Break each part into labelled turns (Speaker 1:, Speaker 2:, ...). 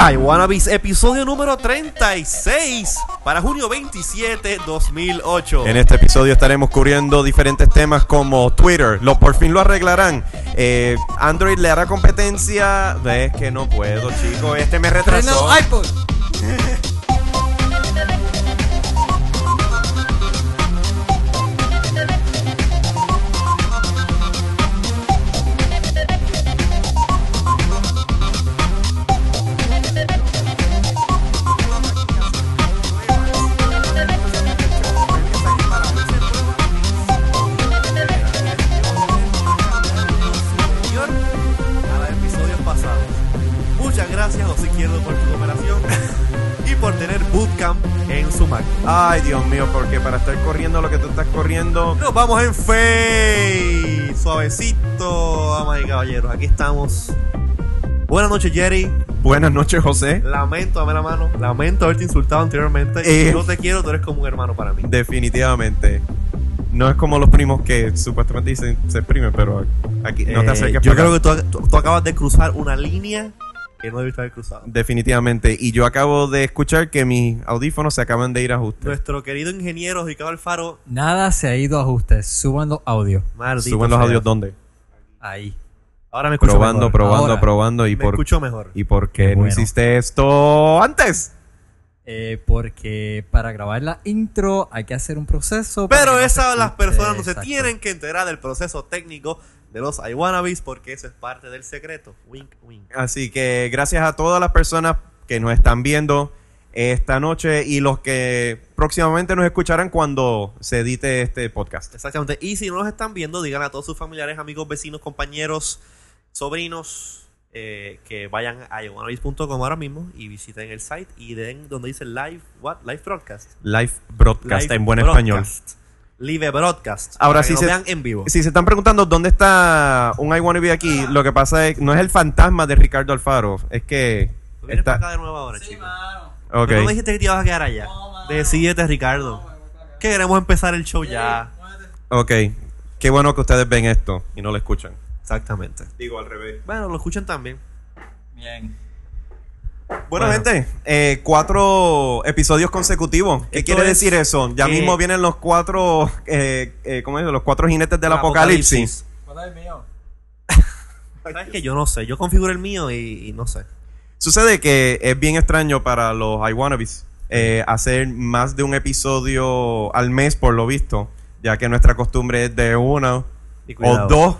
Speaker 1: I Wanna Be, episodio número 36 para junio 27, 2008.
Speaker 2: En este episodio estaremos cubriendo diferentes temas como Twitter, lo por fin lo arreglarán. eh, Android le hará competencia. Es que no puedo, chico. Este me retrasó.
Speaker 3: Frena iPod.
Speaker 1: Señor, a los episodios pasados. Muchas gracias, José Izquierdo, por tu cooperación y por tener Bootcamp en su Mac.
Speaker 2: Ay, Dios mío, porque para estar corriendo lo que tú estás corriendo.
Speaker 1: Nos vamos en Face. Suavecito, amas y caballeros. Aquí estamos. Buenas noches, Jerry.
Speaker 2: Buenas noches, José.
Speaker 1: Lamento, dame la mano. Lamento haberte insultado anteriormente.
Speaker 2: Eh.
Speaker 1: Yo te quiero, tú eres como un hermano para mí.
Speaker 2: Definitivamente. No es como los primos que supuestamente dicen ser primos, pero aquí no te
Speaker 1: Eh,
Speaker 2: acerques
Speaker 1: Yo
Speaker 2: para
Speaker 1: creo
Speaker 2: acá.
Speaker 1: que tú, tú- tú acabas de cruzar una línea que no debiste haber cruzado.
Speaker 2: Definitivamente. Y yo acabo de escuchar que mis audífonos se acaban de ir a ajuste.
Speaker 1: Nuestro querido ingeniero Ricardo Alfaro,
Speaker 3: Nada se ha ido a ajustes. Suban los audios.
Speaker 1: maldito.
Speaker 2: Suben los
Speaker 1: sea.
Speaker 2: audios donde.
Speaker 3: Ahí.
Speaker 1: Ahora me escucho
Speaker 2: Probando,
Speaker 1: mejor.
Speaker 2: probando,
Speaker 3: Ahora.
Speaker 2: probando. Y
Speaker 1: me
Speaker 2: por,
Speaker 1: escucho mejor.
Speaker 2: ¿Y por qué
Speaker 3: Qué
Speaker 2: no
Speaker 3: bueno.
Speaker 2: hiciste esto antes?
Speaker 3: Eh, porque para grabar la intro hay que hacer un proceso. para
Speaker 1: Pero
Speaker 3: que no
Speaker 1: esas
Speaker 3: se
Speaker 1: las
Speaker 3: escuche.
Speaker 1: personas no se
Speaker 3: Exacto.
Speaker 1: tienen que enterar del proceso técnico de los Iwanabis porque eso es parte del secreto. Wink, wink.
Speaker 2: Así que gracias a todas las personas que nos están viendo esta noche y los que próximamente nos escucharán cuando se edite este podcast.
Speaker 1: Exactamente. Y si no los están viendo, digan a todos sus familiares, amigos, vecinos, compañeros, sobrinos, eh, que vayan a iwanabis.com ahora mismo y visiten el site y den donde dice live, what? Live broadcast.
Speaker 2: Live broadcast
Speaker 1: Live
Speaker 2: en buen español.
Speaker 1: broadcast. Live broadcast.
Speaker 2: Ahora
Speaker 1: para
Speaker 2: sí
Speaker 1: que lo
Speaker 2: se-
Speaker 1: vean en vivo.
Speaker 2: Si se están preguntando dónde está un I Wanna Be aquí, lo que pasa es no es el fantasma de Ricardo Alfaro, es que
Speaker 1: Tú vienes para acá
Speaker 2: está
Speaker 1: de nuevo ahora, chicos.
Speaker 2: Ok.
Speaker 1: Pero no me dijiste que te ibas a quedar allá. Decídete, Ricardo. que queremos empezar el show ya.
Speaker 2: Ok. Qué bueno que ustedes ven esto y no lo escuchan.
Speaker 1: Exactamente.
Speaker 2: Digo al revés.
Speaker 1: Bueno, lo escuchan también.
Speaker 3: Bien.
Speaker 2: Bueno,
Speaker 1: Bueno.
Speaker 2: gente, eh, cuatro episodios consecutivos. ¿Qué
Speaker 1: Esto
Speaker 2: quiere
Speaker 1: es
Speaker 2: decir eso? Ya
Speaker 1: que-
Speaker 2: mismo vienen los cuatro, eh, eh, ¿cómo es? Los cuatro jinetes del
Speaker 1: El
Speaker 2: apocalipsis.
Speaker 3: ¿Cuál es el mío?
Speaker 1: ¿Sabes que Yo no sé. Yo configuro el mío y, y no sé.
Speaker 2: Sucede que es bien extraño para los iWannabes eh, hacer más de un episodio al mes, por lo visto, ya que nuestra costumbre es de uno
Speaker 1: Y
Speaker 2: o
Speaker 1: cuidado.
Speaker 2: dos,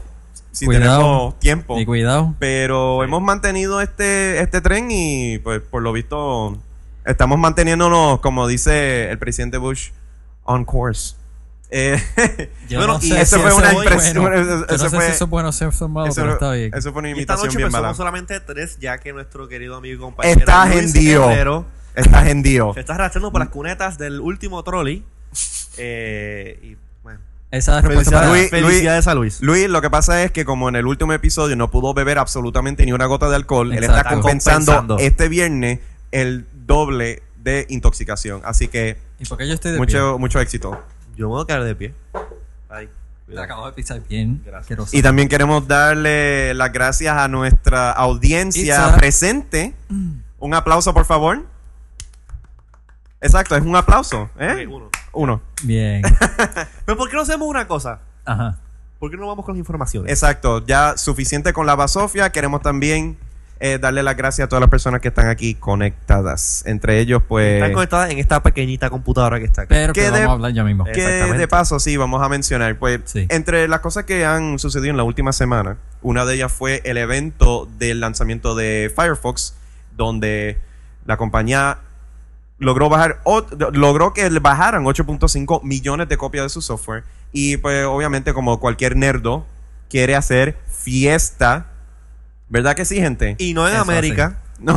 Speaker 2: si
Speaker 3: Cuidado.
Speaker 2: tenemos tiempo.
Speaker 3: Y cuidado.
Speaker 2: Pero
Speaker 1: Sí.
Speaker 2: hemos mantenido este, este tren y, pues, por lo visto, estamos manteniéndonos, como dice el presidente Bush, on course. Eh,
Speaker 3: Yo
Speaker 1: Bueno,
Speaker 3: no
Speaker 1: y
Speaker 3: sé
Speaker 1: eso
Speaker 3: si
Speaker 1: fue una
Speaker 3: es
Speaker 2: impresión,
Speaker 3: bueno.
Speaker 2: eso-
Speaker 3: Yo
Speaker 2: eso
Speaker 3: no sé
Speaker 2: fue-
Speaker 3: si eso es bueno o si eso es malo,
Speaker 2: eso,
Speaker 3: pero está bien.
Speaker 2: eso fue una
Speaker 1: Y esta
Speaker 2: imitación
Speaker 1: noche
Speaker 2: bien
Speaker 1: pues,
Speaker 2: mala.
Speaker 1: somos solamente tres, ya que nuestro querido amigo y compañero
Speaker 2: Está
Speaker 1: Luis
Speaker 2: hendido.
Speaker 1: Herrero
Speaker 2: Está hendido.
Speaker 1: se está arrastrando
Speaker 2: Mm.
Speaker 1: por las cunetas del último trolley. Eh, y, bueno.
Speaker 3: Esa es la respuesta para-
Speaker 2: Luis-
Speaker 1: Felicidades a Luis.
Speaker 2: Luis, lo que pasa es que como en el último episodio no pudo beber absolutamente ni una gota de alcohol, él está
Speaker 3: Exacto.
Speaker 2: compensando,
Speaker 1: Compensando.
Speaker 2: este viernes el doble de intoxicación. Así que
Speaker 3: ¿Y por qué yo estoy de pie?
Speaker 2: mucho, mucho éxito.
Speaker 1: Yo me voy a quedar de pie. Ay,
Speaker 3: Te
Speaker 1: cuidado.
Speaker 3: acabo de pisar bien.
Speaker 1: Gracias.
Speaker 3: asqueroso.
Speaker 2: Y también queremos darle las gracias a nuestra audiencia
Speaker 3: It's a- Mm.
Speaker 2: presente. Un aplauso, por favor. Exacto, es un aplauso. ¿eh?
Speaker 1: Ok, uno.
Speaker 2: Uno.
Speaker 3: Bien.
Speaker 1: Pero ¿por qué no hacemos una cosa?
Speaker 3: Ajá.
Speaker 1: ¿Por qué no vamos con las informaciones?
Speaker 2: Exacto, ya suficiente con la basofia. Queremos también eh, darle las gracias a todas las personas que están aquí conectadas. Entre ellos, pues...
Speaker 1: Están conectadas en esta pequeñita computadora que está aquí.
Speaker 3: Pero
Speaker 2: ¿Qué
Speaker 3: que
Speaker 2: de-
Speaker 3: vamos a hablar ya mismo.
Speaker 1: Eh,
Speaker 2: Que
Speaker 1: Exactamente.
Speaker 2: de paso, sí, vamos a mencionar. Pues,
Speaker 3: Sí.
Speaker 2: entre las cosas que han sucedido en la última semana, una de ellas fue el evento del lanzamiento de Firefox, donde la compañía logró bajar ot- logró que le bajaran 8.5 millones de copias de su software y pues obviamente como cualquier nerdo quiere hacer fiesta ¿verdad que sí gente?
Speaker 1: Y no en
Speaker 3: Eso
Speaker 1: América.
Speaker 2: no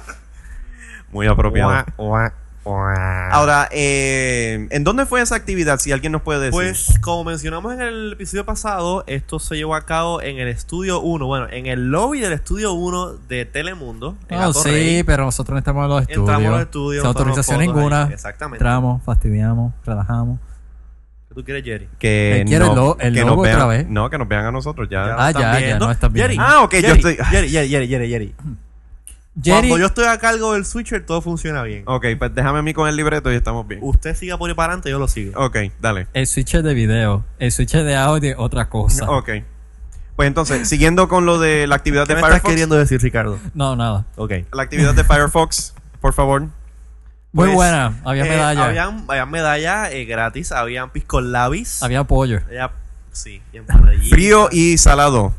Speaker 2: muy apropiado
Speaker 1: Guau, guau, guau.
Speaker 2: Ahora, eh, ¿en dónde fue esa actividad? Si alguien nos puede decir.
Speaker 1: Pues, como mencionamos en el episodio pasado, esto se llevó a cabo en el estudio 1, bueno, en el lobby del estudio 1 de Telemundo. en la
Speaker 3: Oh,
Speaker 1: Torre
Speaker 3: sí,
Speaker 1: Eiffel.
Speaker 3: pero nosotros no estamos en los estudios.
Speaker 1: Entramos a los estudios.
Speaker 3: Sin
Speaker 1: nos tomamos
Speaker 3: autorización
Speaker 1: fotos
Speaker 3: ninguna.
Speaker 1: ahí. Exactamente.
Speaker 3: Entramos, fastidiamos, relajamos.
Speaker 1: ¿Qué tú quieres, Jerry?
Speaker 2: que
Speaker 3: Eh, quiero el lo- el
Speaker 2: que
Speaker 3: logo
Speaker 2: nos vean,
Speaker 3: otra vez.
Speaker 2: No, que nos vean a nosotros ya.
Speaker 3: Ah,
Speaker 1: ¿Están
Speaker 3: ya, ya,
Speaker 1: viendo?
Speaker 3: no, están viendo.
Speaker 1: Jerry,
Speaker 2: Ah, ok, yo
Speaker 1: Jerry,
Speaker 2: estoy-
Speaker 1: Jerry, Jerry, Jerry, Jerry, Jerry.
Speaker 3: Jerry,
Speaker 1: Cuando yo estoy a cargo del switcher, todo funciona bien.
Speaker 2: Ok, pues déjame a mí con el libreto y estamos bien.
Speaker 1: Usted siga por ahí para adelante, yo lo sigo.
Speaker 2: Ok, dale.
Speaker 3: el switch de video, el switch de audio, otra
Speaker 1: Ah.
Speaker 3: cosa.
Speaker 2: Ok. Pues entonces, siguiendo con lo de la actividad
Speaker 1: ¿Qué
Speaker 2: de
Speaker 1: me estás
Speaker 2: Firefox.
Speaker 1: queriendo decir, Ricardo?
Speaker 3: No, nada.
Speaker 1: Ok.
Speaker 2: La actividad de Firefox, por favor.
Speaker 3: Muy
Speaker 1: Pues,
Speaker 3: buena, había
Speaker 1: Eh,
Speaker 3: medalla, había,
Speaker 1: Habían, habían medallas eh, gratis, habían pisco labis.
Speaker 3: pollo.
Speaker 1: Había- sí, y empanadillas.
Speaker 2: Frío y salado.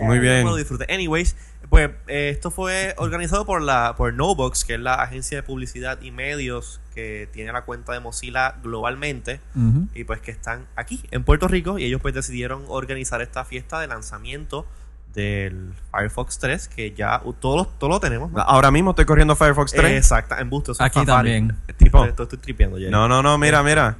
Speaker 2: Muy
Speaker 1: Yo
Speaker 2: bien.
Speaker 1: me lo disfruté. Anyways, pues eh, esto fue organizado por la por Nobox, que es la agencia de publicidad y medios que tiene la cuenta de Mozilla globalmente
Speaker 3: Ujú.
Speaker 1: y pues que están aquí en Puerto Rico y ellos pues decidieron organizar esta fiesta de lanzamiento del Firefox 3 que ya u- todos los- todos lo tenemos. ¿no?
Speaker 2: Ahora mismo estoy corriendo Firefox 3.
Speaker 1: Exacta, en busto.
Speaker 3: Aquí también.
Speaker 1: Tipo,
Speaker 2: Tipo.
Speaker 1: esto estoy tripeando Jerry.
Speaker 2: No, no, no, mira, mira.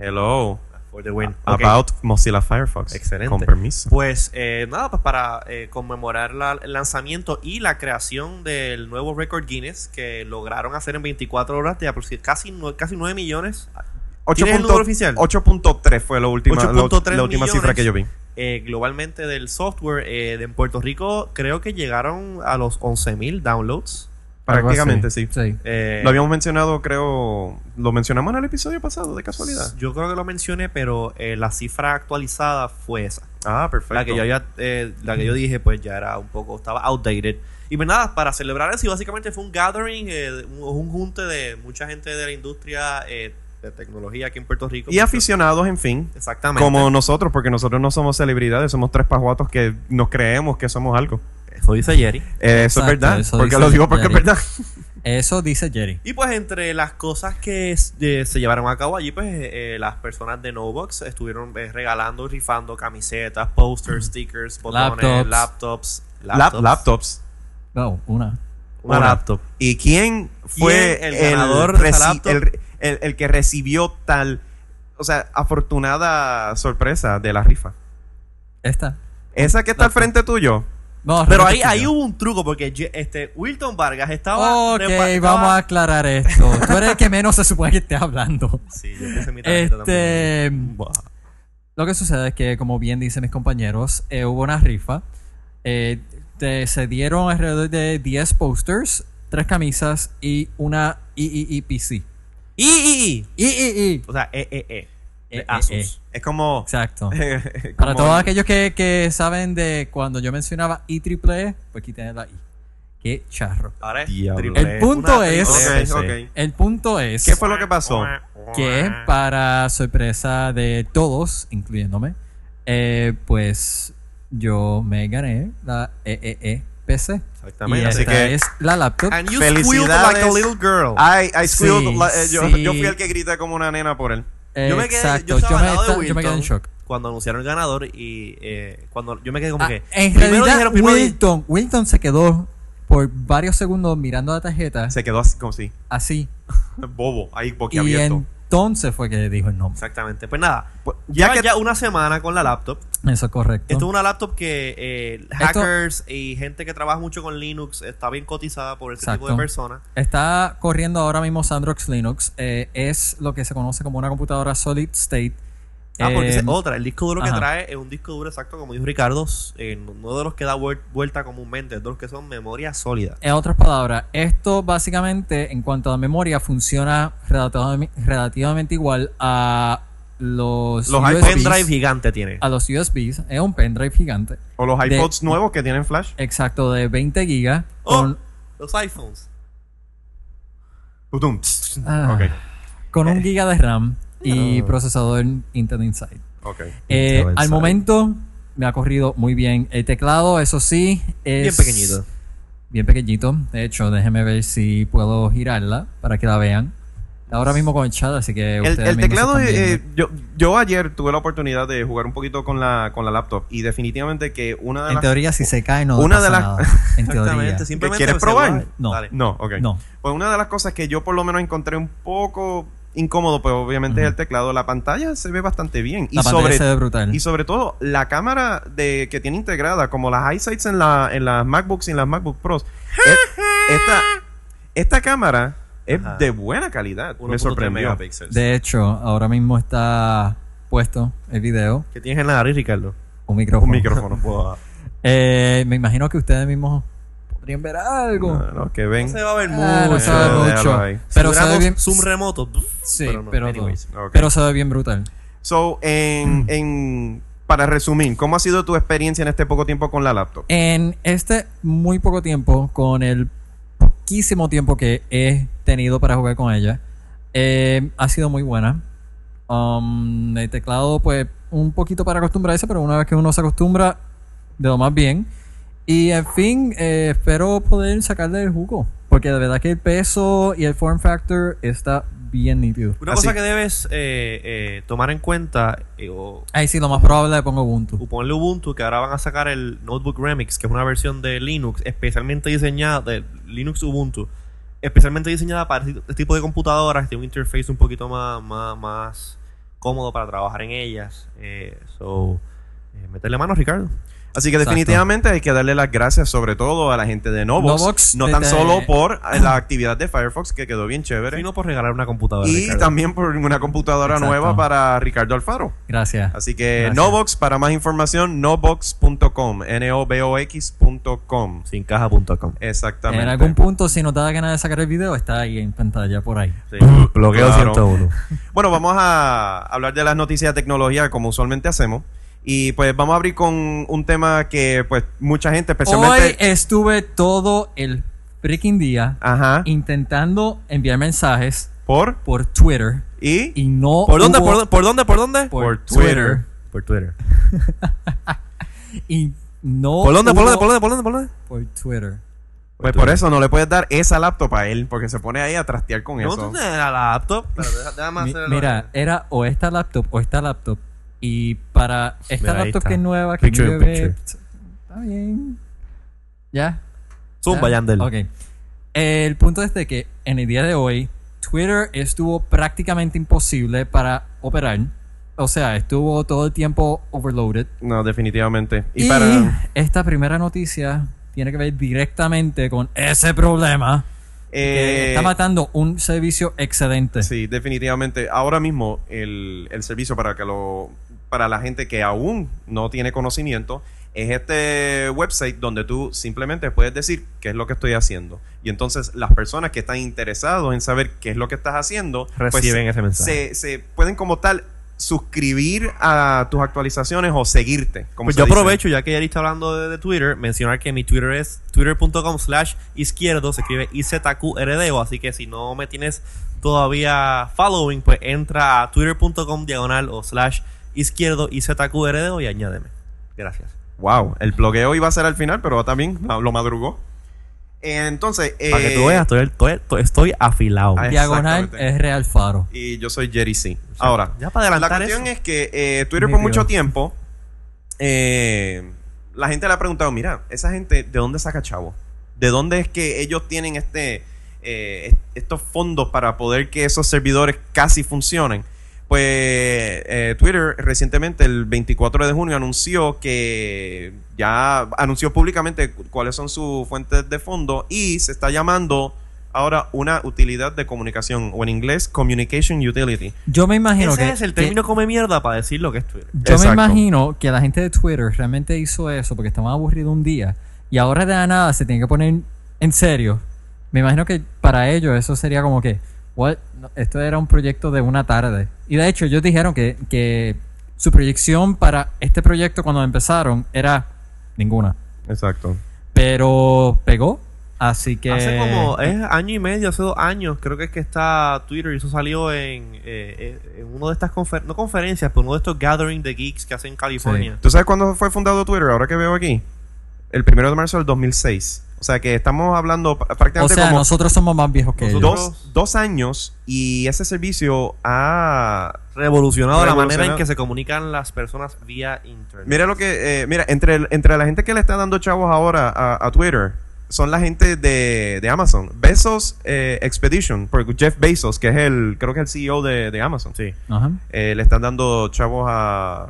Speaker 2: Hello.
Speaker 1: For the win. Ok.
Speaker 2: About Mozilla Firefox.
Speaker 1: Excelente.
Speaker 2: Con permiso.
Speaker 1: Pues eh, nada, pues para eh, conmemorar la- el lanzamiento y la creación del nuevo récord Guinness que lograron hacer en 24 horas de aproxi- casi, nue- casi 9 millones. ¿Tienes el número oficial?
Speaker 2: 8.3 fue la última, la,
Speaker 1: 8.3
Speaker 2: la última
Speaker 1: millones.
Speaker 2: cifra que yo vi.
Speaker 1: eh, globalmente del software eh, de- en Puerto Rico creo que llegaron a los 11.000 downloads.
Speaker 3: Algo
Speaker 2: Prácticamente,
Speaker 3: así.
Speaker 2: sí.
Speaker 3: Sí.
Speaker 1: Eh,
Speaker 2: Lo habíamos mencionado, creo. Lo mencionamos en el episodio pasado, de casualidad.
Speaker 1: Yo creo que lo mencioné, pero eh, la cifra actualizada fue esa.
Speaker 2: Ah, perfecto.
Speaker 1: La que, yo había, eh, la que yo dije, pues ya era un poco, estaba outdated. Y pues nada, para celebrar eso, y básicamente fue un gathering, eh, un, un junte de mucha gente de la industria eh, de tecnología aquí en Puerto Rico.
Speaker 2: Y aficionados, en fin.
Speaker 1: Exactamente.
Speaker 2: Como nosotros, porque nosotros no somos celebridades, somos tres pajuatos que nos creemos que somos algo.
Speaker 1: Eso dice Jerry.
Speaker 2: Eh, eso es
Speaker 3: Exacto,
Speaker 2: verdad.
Speaker 3: eso
Speaker 2: porque
Speaker 3: dice
Speaker 2: lo digo porque es
Speaker 3: Jerry.
Speaker 2: verdad.
Speaker 3: Eso dice Jerry.
Speaker 1: Y pues entre las cosas que s- eh, se llevaron a cabo allí, pues eh, las personas de Novox estuvieron eh, regalando, y rifando camisetas, posters, stickers, botones,
Speaker 3: Laptops.
Speaker 1: laptops.
Speaker 2: Laptops. laptops.
Speaker 3: No, una.
Speaker 1: Una
Speaker 2: Una.
Speaker 1: laptop.
Speaker 2: ¿Y quién fue
Speaker 1: el ganador de esa
Speaker 2: reci-
Speaker 1: laptop?
Speaker 2: el- el- el que recibió tal, o sea, afortunada sorpresa de la rifa?
Speaker 3: Esta.
Speaker 2: Esa que está al frente tuyo.
Speaker 3: No,
Speaker 1: Pero ahí,
Speaker 3: repite tú.
Speaker 1: ahí hubo un truco porque ye- este Wilton Vargas estaba.
Speaker 3: Ok,
Speaker 1: repa- estaba-
Speaker 3: vamos a aclarar esto. Tú eres el que menos se supone que esté hablando.
Speaker 1: Sí, yo puse mi tarjeta también.
Speaker 3: Este.
Speaker 1: Buah.
Speaker 3: Lo que sucede es que, como bien dicen mis compañeros, eh, hubo una rifa. Eh, te- se dieron alrededor de 10 posters, 3 camisas y una IIIPC.
Speaker 1: ¡Y, y, y!
Speaker 3: III.
Speaker 1: O sea, e, e, e.
Speaker 3: E,
Speaker 1: De
Speaker 3: e,
Speaker 1: Asus.
Speaker 2: Es como...
Speaker 3: Exacto.
Speaker 2: como-
Speaker 3: Para todos aquellos que, que saben de cuando yo mencionaba IEEE, pues aquí tienes la I. Qué charro.
Speaker 1: Ahora es
Speaker 2: Diablo.
Speaker 1: triple
Speaker 3: El
Speaker 1: E.
Speaker 3: punto
Speaker 1: Una triple
Speaker 3: es-
Speaker 1: E.
Speaker 2: Ok, ok.
Speaker 3: El punto es
Speaker 2: ¿Qué fue lo que pasó?
Speaker 3: que, para sorpresa de todos, incluyéndome, eh, pues yo me gané la E EEEPC. Y
Speaker 1: Exactamente.
Speaker 2: Así
Speaker 3: esta
Speaker 2: que-
Speaker 3: es la laptop.
Speaker 1: And you squealed like a
Speaker 2: Felicidades.
Speaker 1: little girl.
Speaker 2: I, I squealed
Speaker 3: Sí,
Speaker 2: la- eh, yo,
Speaker 3: sí.
Speaker 2: yo fui el que grita como una nena por él.
Speaker 3: Eh,
Speaker 1: yo me quedé, yo
Speaker 3: Exacto,
Speaker 1: estaba
Speaker 3: yo me,
Speaker 1: al lado de
Speaker 3: esta- yo me quedé en
Speaker 1: Wilton
Speaker 3: shock.
Speaker 1: cuando anunciaron el ganador y eh, cuando yo me quedé como
Speaker 3: Ah,
Speaker 1: que.
Speaker 3: en
Speaker 1: primero
Speaker 3: realidad,
Speaker 1: dijeron- primero di-
Speaker 3: Wilton, Wilton se quedó por varios segundos mirando la tarjeta,
Speaker 2: Se quedó así, como si...
Speaker 3: así.
Speaker 2: Bobo, ahí
Speaker 3: Y
Speaker 2: boquiabierto.
Speaker 3: entonces fue que dijo el nombre.
Speaker 1: Exactamente. Pues nada,
Speaker 2: Pues,
Speaker 1: ya,
Speaker 2: Ya que...
Speaker 1: ya una semana con la laptop.
Speaker 3: Eso es correcto.
Speaker 1: Esto es una laptop que eh, hackers y gente que trabaja mucho con Linux está bien cotizada por ese tipo de
Speaker 3: Exacto.
Speaker 1: personas.
Speaker 3: Está corriendo ahora mismo Sandrox Linux. eh, es lo que se conoce como una computadora solid state.
Speaker 1: Ah, porque
Speaker 3: Eh,
Speaker 1: esa es otra. El disco duro que
Speaker 3: ajá.
Speaker 1: trae es un disco duro exacto, como dijo Ricardo, eh, no de los que da vuel- vuelta comúnmente, es de los que son memoria sólida.
Speaker 3: En otras palabras, esto básicamente en cuanto a memoria funciona relativamente, relativamente igual a los,
Speaker 2: Los
Speaker 1: Un
Speaker 3: USBs,
Speaker 1: pendrive gigante tiene.
Speaker 3: a los USBs. Es un pendrive gigante.
Speaker 2: O los
Speaker 3: de-
Speaker 2: iPods nuevos que tienen flash.
Speaker 3: Exacto, de 20 gigas.
Speaker 1: Oh.
Speaker 3: Con,
Speaker 1: Los iPhones.
Speaker 2: Putum.
Speaker 3: ah,
Speaker 2: Ok,
Speaker 3: con un giga de RAM y procesador Intel Inside.
Speaker 2: ok.
Speaker 3: Eh,
Speaker 1: Intel
Speaker 3: al
Speaker 1: Oh. Inside.
Speaker 3: momento me ha corrido muy bien. El teclado, eso sí, es
Speaker 1: Bien pequeñito.
Speaker 3: bien pequeñito. De hecho, déjenme ver si puedo girarla para que la vean. Ahora mismo con el chat, así que
Speaker 2: El,
Speaker 3: ustedes
Speaker 2: el
Speaker 3: mismos
Speaker 2: teclado,
Speaker 3: están
Speaker 2: eh,
Speaker 3: viendo.
Speaker 2: yo, yo ayer tuve la oportunidad de jugar un poquito con la, con la laptop y definitivamente que una de
Speaker 3: En
Speaker 2: las...
Speaker 3: teoría, si se cae, no
Speaker 2: una
Speaker 3: pasa
Speaker 2: de las-
Speaker 3: nada. En teoría.
Speaker 1: Simplemente
Speaker 2: ¿Quieres
Speaker 1: el celular.
Speaker 2: probar?
Speaker 3: No.
Speaker 1: Dale.
Speaker 2: No, ok.
Speaker 3: No.
Speaker 2: Pues una de las cosas que yo por lo menos encontré un poco incómodo, pues obviamente es
Speaker 3: Ujú.
Speaker 2: el teclado. La pantalla se ve bastante bien.
Speaker 3: La
Speaker 2: y
Speaker 3: pantalla
Speaker 2: sobre
Speaker 3: se ve brutal.
Speaker 2: Y sobre todo, la cámara de, que tiene integrada, como las eyesights en, la, en las MacBooks y en las MacBook Pros, es- esta, esta cámara es
Speaker 1: Ajá.
Speaker 2: de buena calidad.
Speaker 1: 1.3
Speaker 2: Me sorprendió.
Speaker 1: megapíxeles.
Speaker 3: De hecho, ahora mismo está puesto el video,
Speaker 1: ¿Qué tienes en la nariz, Ricardo?
Speaker 3: un micrófono.
Speaker 2: Un micrófono.
Speaker 1: Buah.
Speaker 3: Eh, me imagino que ustedes mismos podrían ver algo.
Speaker 2: No, no, que ven.
Speaker 1: No se va a ver mucho.
Speaker 3: Ah, no se ve
Speaker 2: Déjalo
Speaker 3: mucho.
Speaker 2: ahí.
Speaker 1: Si
Speaker 3: Pero se ve
Speaker 1: tuviéramos
Speaker 3: bien.
Speaker 1: Zoom remoto.
Speaker 3: Sí,
Speaker 1: no,
Speaker 3: pero,
Speaker 1: anyways.
Speaker 2: Ok.
Speaker 3: pero Mm. se ve bien brutal.
Speaker 2: So, en, en- para resumir, ¿cómo ha sido tu experiencia en este poco tiempo con la laptop?
Speaker 3: En este muy poco tiempo, con el poquísimo tiempo que he tenido para jugar con ella, eh, ha sido muy buena. Um, el teclado, pues, un poquito para acostumbrarse, pero una vez que uno se acostumbra, de lo más bien. Y en fin, eh, espero poder sacarle el jugo. Porque de verdad que el peso y el form factor está bien nítido.
Speaker 1: Una
Speaker 2: Así.
Speaker 1: cosa que debes eh, eh, tomar en cuenta eh, o,
Speaker 3: Ahí sí, lo más probable le pongo Ubuntu.
Speaker 1: o ponle Ubuntu, que ahora van a sacar el Notebook Remix, que es una versión de Linux especialmente diseñada, de Linux Ubuntu, especialmente diseñada para este tipo de computadoras, que tiene un interface un poquito más, más, más cómodo para trabajar en ellas. Eh, so, eh, meterle mano, Ricardo.
Speaker 2: Así que
Speaker 3: Exacto.
Speaker 2: definitivamente hay que darle las gracias sobre todo a la gente de Novox,
Speaker 3: Novox,
Speaker 2: no
Speaker 3: de-
Speaker 2: tan
Speaker 3: de-
Speaker 2: solo por la actividad de Firefox que quedó bien chévere
Speaker 1: Vino por pues regalar una computadora.
Speaker 2: y
Speaker 1: Ricardo.
Speaker 2: también por una computadora
Speaker 3: Exacto.
Speaker 2: nueva para Ricardo Alfaro.
Speaker 3: Gracias.
Speaker 2: Así que
Speaker 3: Gracias.
Speaker 2: Novox para más información novox.com, n o b o x.com.
Speaker 1: Sincaja.com.
Speaker 2: Exactamente.
Speaker 3: En algún punto, si no te da ganas de sacar el video, está ahí en pantalla, por ahí.
Speaker 1: Sí.
Speaker 2: Bloqueo
Speaker 1: 101.
Speaker 2: Bueno, vamos a hablar de las noticias de tecnología como usualmente hacemos. Y pues vamos a abrir con un tema que pues mucha gente especialmente...
Speaker 3: Hoy estuve todo el freaking día
Speaker 2: Ajá.
Speaker 3: intentando enviar mensajes
Speaker 2: Por...
Speaker 3: por Twitter
Speaker 2: Y...
Speaker 3: y no.
Speaker 1: ¿Por dónde?
Speaker 3: hubo-
Speaker 1: ¿Por, dónde- por dónde? ¿Por dónde?
Speaker 3: Por
Speaker 2: por
Speaker 3: Twitter.
Speaker 1: Por Twitter.
Speaker 3: Y no.
Speaker 1: ¿Por dónde? ¿Por
Speaker 3: hubo-
Speaker 1: dónde? ¿Por dónde? ¿Por dónde? ¿Por dónde?
Speaker 3: Por Twitter.
Speaker 2: Pues por eso no le puedes dar esa laptop a él porque se pone ahí a trastear con
Speaker 1: ¿No
Speaker 2: eso.
Speaker 1: tú tienes la laptop? Pero deja- déjame
Speaker 3: Mi-
Speaker 1: hacerlo.
Speaker 3: mira, era o esta laptop o esta laptop. Y para esta
Speaker 1: Mira, ahí
Speaker 3: laptop
Speaker 1: está.
Speaker 3: que es nueva, que
Speaker 1: Picture
Speaker 3: me
Speaker 1: in
Speaker 3: llevé-
Speaker 1: picture.
Speaker 3: Está bien. Ya.
Speaker 1: Zumba,
Speaker 3: ¿Ya?
Speaker 1: Yandel.
Speaker 3: Ok. El punto es de que en el día de hoy, Twitter estuvo prácticamente imposible para operar. O sea, estuvo todo el tiempo overloaded.
Speaker 2: No, definitivamente. Y,
Speaker 3: Y,
Speaker 2: para...
Speaker 3: esta primera noticia tiene que ver directamente con ese problema.
Speaker 2: eh,
Speaker 3: que está matando un servicio excelente.
Speaker 2: Sí, definitivamente. Ahora mismo el, el servicio para que lo para la gente que aún no tiene conocimiento es este website donde tú simplemente puedes decir qué es lo que estoy haciendo y entonces las personas que están interesados en saber qué es lo que estás haciendo pues,
Speaker 1: Reciben ese mensaje.
Speaker 2: se, se pueden como tal suscribir a tus actualizaciones o seguirte como
Speaker 1: Pues
Speaker 2: se
Speaker 1: yo
Speaker 2: dice.
Speaker 1: aprovecho, ya que ya está hablando de, de Twitter, mencionar que mi Twitter es twitter.com slash izquierdo, se escribe IZQRDO, así que si no me tienes todavía following, pues entra a twitter.com diagonal o slash izquierdo IZQRDO y añádeme. Gracias.
Speaker 2: wow el bloqueo iba a ser al final pero también lo lo madrugó entonces
Speaker 1: Para que tú
Speaker 2: eh,
Speaker 1: veas, estoy, estoy, estoy afilado.
Speaker 2: Ay,
Speaker 3: Diagonal
Speaker 2: exactamente.
Speaker 3: es Real Faro.
Speaker 2: y yo soy Jerry C ahora
Speaker 1: ya para adelantar
Speaker 2: La cuestión
Speaker 1: eso.
Speaker 2: es que eh, Twitter
Speaker 3: Mi
Speaker 2: por
Speaker 3: Dios.
Speaker 2: mucho tiempo, eh, la gente le ha preguntado, mira, esa gente, ¿de dónde saca chavo? ¿De dónde es que ellos tienen este, eh, est- estos fondos para poder que esos servidores casi funcionen? Pues eh, Twitter recientemente, el 24 de junio, anunció que ya anunció públicamente cu- cuáles son sus fuentes de fondo y se está llamando ahora una utilidad de comunicación o en inglés Communication Utility.
Speaker 3: Yo me imagino
Speaker 1: Ese
Speaker 3: que.
Speaker 1: es el
Speaker 3: que-
Speaker 1: término come mierda para decir lo que es Twitter.
Speaker 3: Yo
Speaker 2: Exacto.
Speaker 3: me imagino que la gente de Twitter realmente hizo eso porque estaban aburridos un día y ahora de la nada se tienen que poner en serio. Me imagino que para ellos eso sería como que, what? No, esto era un proyecto de una tarde. Y de hecho ellos dijeron que, que su proyección para este proyecto cuando empezaron era ninguna.
Speaker 2: Exacto.
Speaker 3: Pero pegó, así que...
Speaker 1: Hace como es año y medio, hace dos años, creo que es que está Twitter y eso salió en, eh, eh, en uno de estas conferencias, no conferencias, pero uno de estos gathering de geeks que hacen en California.
Speaker 2: ¿Tú sabes cuándo fue fundado Twitter? Ahora que veo aquí. El primero de marzo del 2006. O sea que estamos hablando pr-
Speaker 3: o
Speaker 2: prácticamente
Speaker 3: sea,
Speaker 2: como
Speaker 3: nosotros somos más viejos que ellos.
Speaker 1: Nosotros-
Speaker 2: dos, dos años y ese servicio ha...
Speaker 1: Revolucionado la
Speaker 2: Revolucionado.
Speaker 1: manera en que se comunican las personas vía internet.
Speaker 2: Mira lo que... eh, mira, entre, el- entre la gente que le está dando chavos ahora a, a Twitter son la gente de, de Amazon. Bezos eh, Expedition, por Jeff Bezos, que es el... Creo que es el CEO de, de Amazon.
Speaker 1: Sí.
Speaker 3: Ajá.
Speaker 2: Eh, le están dando chavos a,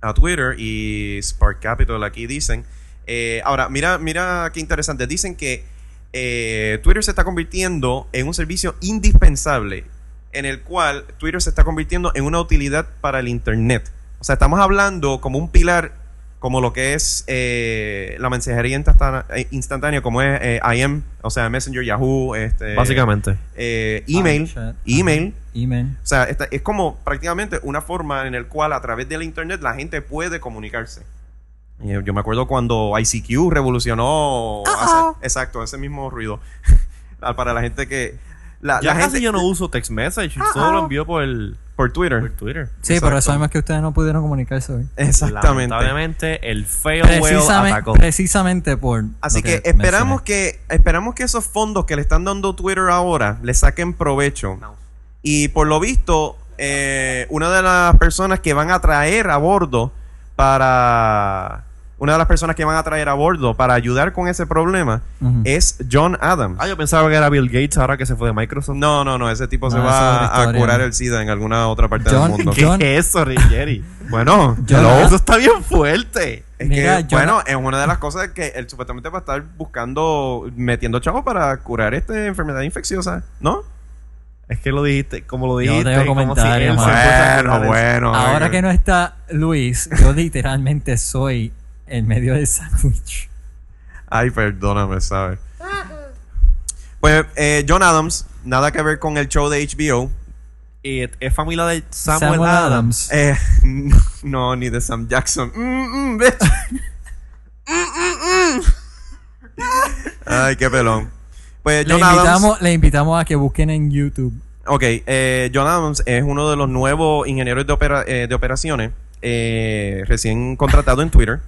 Speaker 2: a Twitter y Spark Capital aquí dicen. Eh, ahora, mira, mira qué interesante. Dicen que eh, Twitter se está convirtiendo en un servicio indispensable en el cual Twitter se está convirtiendo en una utilidad para el Internet. O sea, estamos hablando como un pilar como lo que es eh, la mensajería instantánea, eh, instantánea, como es eh, IM, o sea, Messenger, Yahoo, este,
Speaker 1: Básicamente.
Speaker 2: eh, email,
Speaker 3: Ah, chat.
Speaker 2: email.
Speaker 3: Email.
Speaker 2: O sea, esta- es como prácticamente una forma en la cual a través del Internet la gente puede comunicarse. Y, eh, Yo me acuerdo cuando ICQ revolucionó. hace- exacto, ese mismo ruido. Ah, Para la gente que. La,
Speaker 1: Ya
Speaker 2: la
Speaker 1: casi
Speaker 2: gente Ah,
Speaker 1: yo no uso text message, solo lo envío por, el,
Speaker 2: por Twitter.
Speaker 1: por Twitter.
Speaker 3: Sí,
Speaker 2: Exacto.
Speaker 3: pero eso además que ustedes no pudieron comunicarse hoy.
Speaker 2: Exactamente.
Speaker 1: Lamentablemente, el failwell
Speaker 3: Precisamente,
Speaker 1: atacó.
Speaker 3: precisamente por.
Speaker 2: Así
Speaker 3: lo
Speaker 2: que,
Speaker 3: mencioné.
Speaker 2: esperamos que esperamos que esos fondos que le están dando Twitter ahora le saquen provecho. Y por lo visto, eh, una de las personas que van a traer a bordo para una de las personas que van a traer a bordo para ayudar con ese problema
Speaker 3: Ujú.
Speaker 2: es John Adams.
Speaker 1: Ah, yo pensaba que era Bill Gates ahora que se fue de Microsoft.
Speaker 2: No, no, no, ese tipo se
Speaker 3: Ah, esa es
Speaker 2: va
Speaker 3: otra
Speaker 2: a
Speaker 3: historia.
Speaker 2: curar el SIDA en alguna otra parte
Speaker 3: John-
Speaker 2: del mundo.
Speaker 1: ¿Qué
Speaker 3: John-
Speaker 1: es eso, Jerry?
Speaker 2: Bueno,
Speaker 3: John
Speaker 2: hello.
Speaker 3: Adams.
Speaker 1: Eso está bien fuerte.
Speaker 2: Es
Speaker 3: Mira,
Speaker 2: que,
Speaker 3: yo
Speaker 2: bueno, es una de las cosas que él supuestamente va a estar buscando, metiendo chavos para curar esta enfermedad infecciosa, ¿no?
Speaker 1: Es que lo dijiste, como lo
Speaker 3: Yo no
Speaker 1: dijiste,
Speaker 3: tengo
Speaker 1: como si él
Speaker 3: comentarios,
Speaker 1: se
Speaker 3: mano.
Speaker 1: fuese a enfermar de eso.
Speaker 2: bueno.
Speaker 3: Ahora que no está Luis, yo literalmente soy en medio del sándwich.
Speaker 2: Ay, perdóname, ¿sabes? Pues eh, John Adams, nada que ver con el show de HBO.
Speaker 1: Y es- es familia de Samuel, Adams.
Speaker 2: Eh, no, ni de Sam Jackson. Mm, mm, bitch. Mm, mm, mm. Ay, qué pelón. Pues
Speaker 3: Le
Speaker 2: John Adams.
Speaker 3: invitamos, le invitamos a que busquen en YouTube.
Speaker 2: Ok, eh, John Adams es uno de los nuevos ingenieros de, opera- eh, de operaciones eh, recién contratado en Twitter.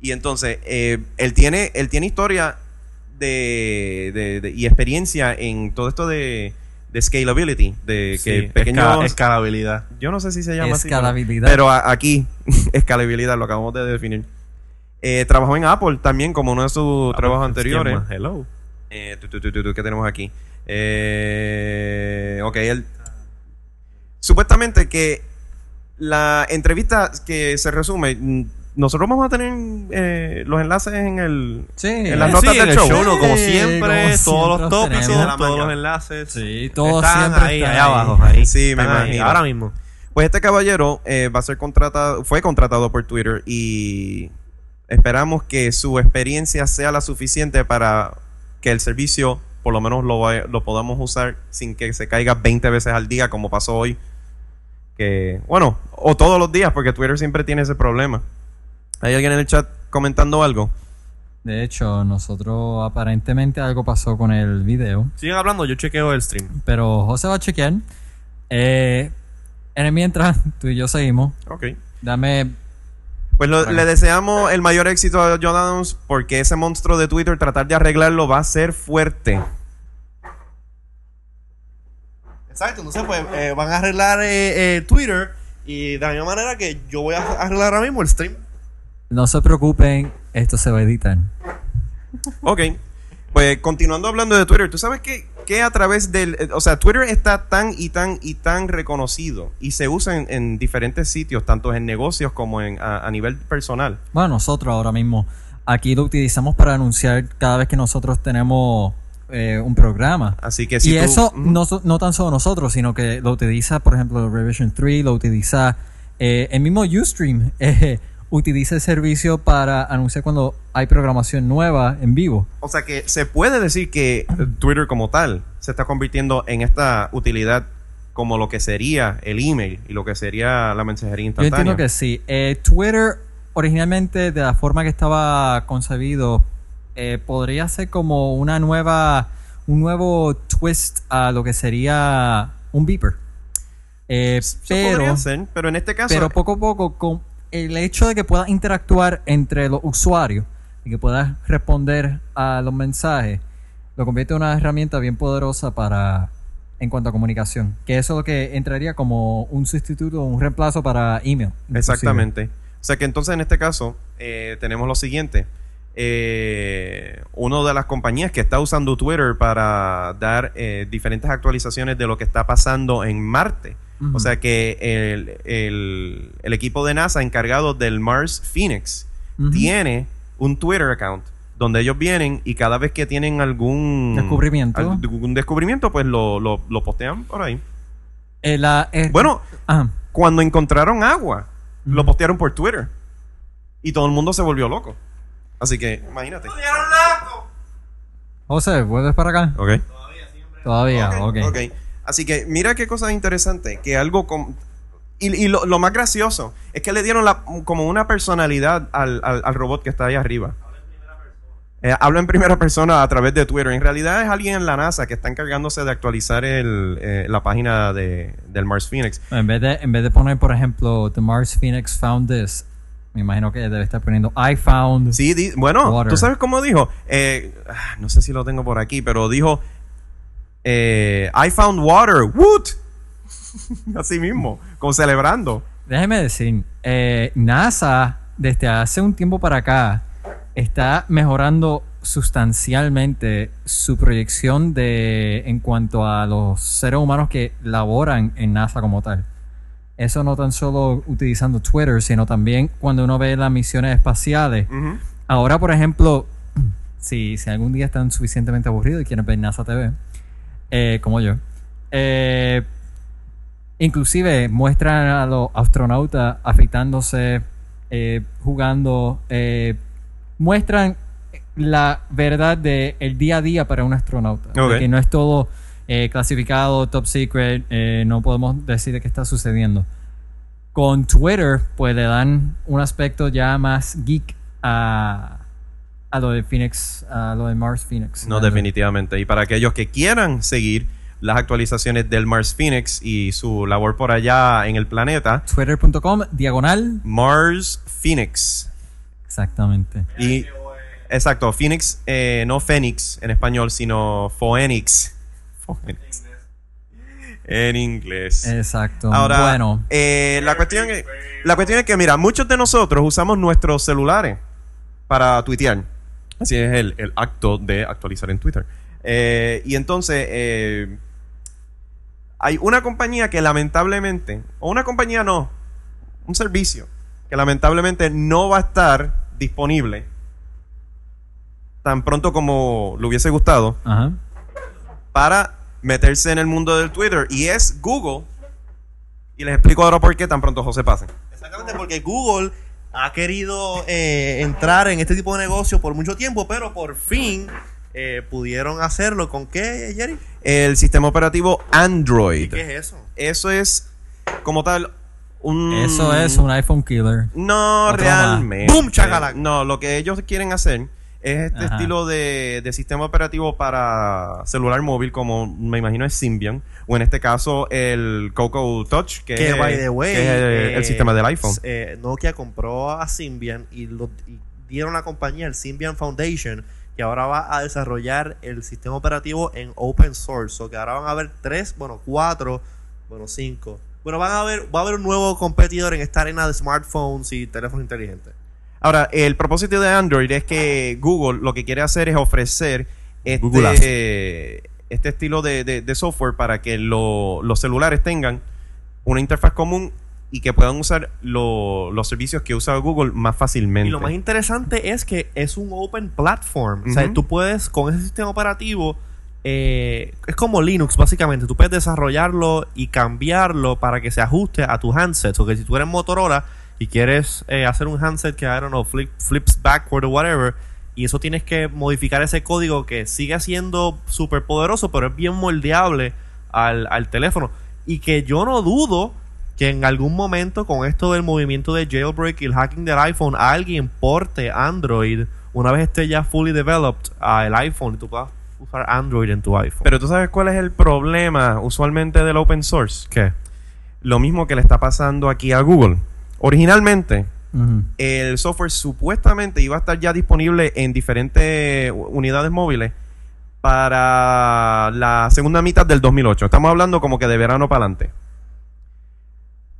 Speaker 2: Y entonces, eh, él, tiene, él tiene historia de, de- de- y experiencia en todo esto de, de scalability, de que
Speaker 1: Sí, esca-
Speaker 2: pequeños...
Speaker 1: escalabilidad.
Speaker 2: yo no sé si se llama así, pero-
Speaker 3: Escalabilidad.
Speaker 2: Pero a- aquí, escalabilidad, lo acabamos de definir. Eh, trabajó en Apple también como uno de sus trabajos anteriores.
Speaker 1: Esquema, Hello.
Speaker 2: Eh, tu, tu, tu, tu, tu, ¿Qué tenemos aquí? Eh, ok, él. Supuestamente que la entrevista que se resume. mm, Nosotros vamos a tener eh, los enlaces en el.
Speaker 3: sí,
Speaker 2: en las notas
Speaker 1: Sí,
Speaker 2: del
Speaker 1: en el
Speaker 2: show.
Speaker 1: show, ¿no? como
Speaker 3: Sí,
Speaker 1: siempre, todos
Speaker 3: como siempre
Speaker 1: los
Speaker 3: los
Speaker 1: tópicos,
Speaker 3: tenemos.
Speaker 1: todos los enlaces.
Speaker 3: Sí, todos
Speaker 1: están
Speaker 3: siempre
Speaker 1: ahí,
Speaker 3: están
Speaker 1: allá
Speaker 3: ahí.
Speaker 1: abajo. Ahí.
Speaker 2: Sí, me
Speaker 1: Están ahí,
Speaker 2: imagino.
Speaker 1: Ahora mismo.
Speaker 2: Pues este caballero eh, va a ser contratado, fue contratado por Twitter y esperamos que su experiencia sea la suficiente para que el servicio, por lo menos lo, va- lo podamos usar sin que se caiga 20 veces al día como pasó hoy. Que, bueno, o todos los días, porque Twitter siempre tiene ese problema. ¿Hay alguien en el chat comentando algo?
Speaker 3: De hecho, nosotros aparentemente algo pasó con el video.
Speaker 1: Siguen hablando, yo chequeo el stream.
Speaker 3: Pero José va a chequear. Eh, en el mientras, tú y yo seguimos.
Speaker 2: Ok.
Speaker 3: Dame.
Speaker 2: Pues lo- le deseamos el mayor éxito a John Adams porque ese monstruo de Twitter, tratar de arreglarlo va a ser fuerte.
Speaker 1: Exacto, entonces pues eh, van a arreglar eh, eh, Twitter y de la misma manera que yo voy a arreglar ahora mismo el stream.
Speaker 3: No se preocupen, esto se va a editar.
Speaker 2: Ok. Pues continuando hablando de Twitter, tú sabes que, que a través del. eh, O sea, Twitter está tan y tan y tan reconocido y se usa en, en diferentes sitios, tanto en negocios como en, a, a nivel personal.
Speaker 3: Bueno, nosotros ahora mismo aquí lo utilizamos para anunciar cada vez que nosotros tenemos eh, un programa.
Speaker 2: Así que si
Speaker 3: y
Speaker 2: tú-
Speaker 3: eso
Speaker 2: Ujú.
Speaker 3: no, so- no tan solo nosotros, sino que lo utiliza, por ejemplo, Revision 3, lo utiliza eh, el mismo Ustream, eh, utiliza el servicio para anunciar cuando hay programación nueva en vivo.
Speaker 2: O sea, que se puede decir que eh, Twitter como tal se está convirtiendo en esta utilidad como lo que sería el email y lo que sería la mensajería
Speaker 3: Yo
Speaker 2: instantánea.
Speaker 3: entiendo que sí. Eh, Twitter, originalmente, de la forma que estaba concebido, eh, podría ser como una nueva, un nuevo twist a lo que sería un beeper. Eh,
Speaker 2: Sí
Speaker 3: pero,
Speaker 2: podría ser, pero en este caso
Speaker 3: pero poco a poco, con el hecho de que puedas interactuar entre los usuarios y que puedas responder a los mensajes, lo convierte en una herramienta bien poderosa para en cuanto a comunicación. Que eso es lo que entraría como un sustituto, un reemplazo para email. inclusive.
Speaker 2: Exactamente. O sea que entonces en este caso eh, tenemos lo siguiente. Eh, una de las compañías que está usando Twitter para dar eh, diferentes actualizaciones de lo que está pasando en Marte.
Speaker 3: Ujú.
Speaker 2: O sea que el, el- el equipo de NASA encargado del Mars Phoenix
Speaker 3: Ujú.
Speaker 2: tiene un Twitter account donde ellos vienen y cada vez que tienen algún
Speaker 3: Descubrimiento.
Speaker 2: algún descubrimiento pues lo, lo- lo postean por ahí.
Speaker 3: Eh, la- eh,
Speaker 2: Bueno,
Speaker 3: ajá.
Speaker 2: cuando encontraron agua, lo
Speaker 3: Ujú.
Speaker 2: postearon por Twitter. Y todo el mundo se volvió loco. Así que, imagínate.
Speaker 3: José, ¿vuelves para acá?
Speaker 2: Ok.
Speaker 3: Todavía, ok.
Speaker 2: Ok, ok. Así que mira qué cosa interesante, que algo com- Y, y lo, lo más gracioso es que le dieron la- como una personalidad al, al- al robot que está ahí arriba. Eh, habla en primera persona a través de Twitter. En realidad es alguien en la NASA que está encargándose de actualizar el, eh, la página de, del Mars Phoenix.
Speaker 3: En, vez de, en vez de poner, por ejemplo, The Mars Phoenix found this, me imagino que debe estar poniendo I found.
Speaker 2: Sí, di- bueno,
Speaker 3: Water.
Speaker 2: tú sabes cómo dijo. Eh, ah, no sé si lo tengo por aquí, pero dijo: eh, I found water, woot. Así mismo, como celebrando.
Speaker 3: Déjeme decir, eh, NASA desde hace un tiempo para acá está mejorando sustancialmente su proyección de en cuanto a los seres humanos que laboran en NASA como tal. Eso no tan solo utilizando Twitter, sino también cuando uno ve las misiones espaciales.
Speaker 2: Ujú.
Speaker 3: Ahora, por ejemplo, si, si algún día están suficientemente aburridos y quieren ver NASA TV, eh, como yo, eh, inclusive muestran a los astronautas afeitándose, eh, jugando, eh, muestran la verdad del el día a día para un astronauta. de
Speaker 2: Ok.
Speaker 3: que no es todo eh, clasificado, top secret, eh, no podemos decir de qué está sucediendo con Twitter, pues le dan un aspecto ya más geek a, a lo de Phoenix, a lo de Mars Phoenix.
Speaker 2: No, definitivamente. Y para aquellos que quieran seguir las actualizaciones del Mars Phoenix y su labor por allá en el planeta,
Speaker 3: Twitter.com, diagonal.
Speaker 2: Mars Phoenix.
Speaker 3: Exactamente.
Speaker 2: Y, exacto, Phoenix, eh, no Phoenix en español, sino Phoenix. Phoenix. En inglés.
Speaker 3: Exacto.
Speaker 2: Ahora,
Speaker 3: bueno,
Speaker 2: eh, la, cuestión es, la cuestión es que, mira, muchos de nosotros usamos nuestros celulares para tuitear. Así es el, el acto de actualizar en Twitter. Eh, y entonces, eh, hay una compañía que lamentablemente, o una compañía no, un servicio que lamentablemente no va a estar disponible tan pronto como le hubiese gustado
Speaker 3: ajá.
Speaker 2: para meterse en el mundo del Twitter y es Google. Y les explico ahora por qué tan pronto José pase.
Speaker 1: Exactamente, porque Google ha querido eh, entrar en este tipo de negocio por mucho tiempo, pero por fin eh, pudieron hacerlo. ¿Con qué, Jerry?
Speaker 2: El sistema operativo
Speaker 1: ¿Y
Speaker 2: Android.
Speaker 1: qué es eso?
Speaker 2: Eso es como tal un
Speaker 3: Eso es un iPhone killer.
Speaker 2: No
Speaker 3: Otro
Speaker 2: realmente.
Speaker 1: más. ¡Boom, shakalaka!
Speaker 2: No, lo que ellos quieren hacer es este
Speaker 3: Ajá.
Speaker 2: estilo de, de sistema operativo para celular móvil como me imagino es Symbian o en este caso el Coco Touch que,
Speaker 1: Que,
Speaker 2: es,
Speaker 1: by the way,
Speaker 2: que es el,
Speaker 1: eh,
Speaker 2: el sistema del iPhone.
Speaker 1: eh, Nokia compró a Symbian y, lo, y dieron la compañía, el Symbian Foundation, que ahora va a desarrollar el sistema operativo en open source. O que ahora van a haber tres, bueno, cuatro, bueno, cinco. Bueno, van a haber, va a haber un nuevo competidor en esta arena de smartphones y teléfonos inteligentes.
Speaker 2: Ahora, el propósito de Android es que Google lo que quiere hacer es ofrecer
Speaker 1: Google Ads.
Speaker 2: este, este estilo de, de- de software para que lo- los celulares tengan una interfaz común y que puedan usar lo- los servicios que usa Google más fácilmente.
Speaker 1: Y lo más interesante es que es un open platform. O sea,
Speaker 2: Ujú.
Speaker 1: tú puedes, con ese sistema operativo, eh, es como Linux, básicamente. Tú puedes desarrollarlo y cambiarlo para que se ajuste a tu handset. O que si tú eres Motorola y quieres eh, hacer un handset que, I don't know, flip- flips backward o whatever, y eso tienes que modificar ese código que sigue siendo súper poderoso, pero es bien moldeable al, al teléfono. Y que yo no dudo que en algún momento con esto del movimiento de jailbreak y el hacking del iPhone, alguien porte Android una vez esté ya fully developed al iPhone y tú puedas usar Android en tu iPhone.
Speaker 2: Pero tú sabes cuál es el problema usualmente del open source.
Speaker 1: ¿Qué?
Speaker 2: Lo mismo que le está pasando aquí a Google. Originalmente,
Speaker 3: Ujú.
Speaker 2: el software supuestamente iba a estar ya disponible en diferentes unidades móviles para la segunda mitad del 2008. Estamos hablando como que de verano para adelante.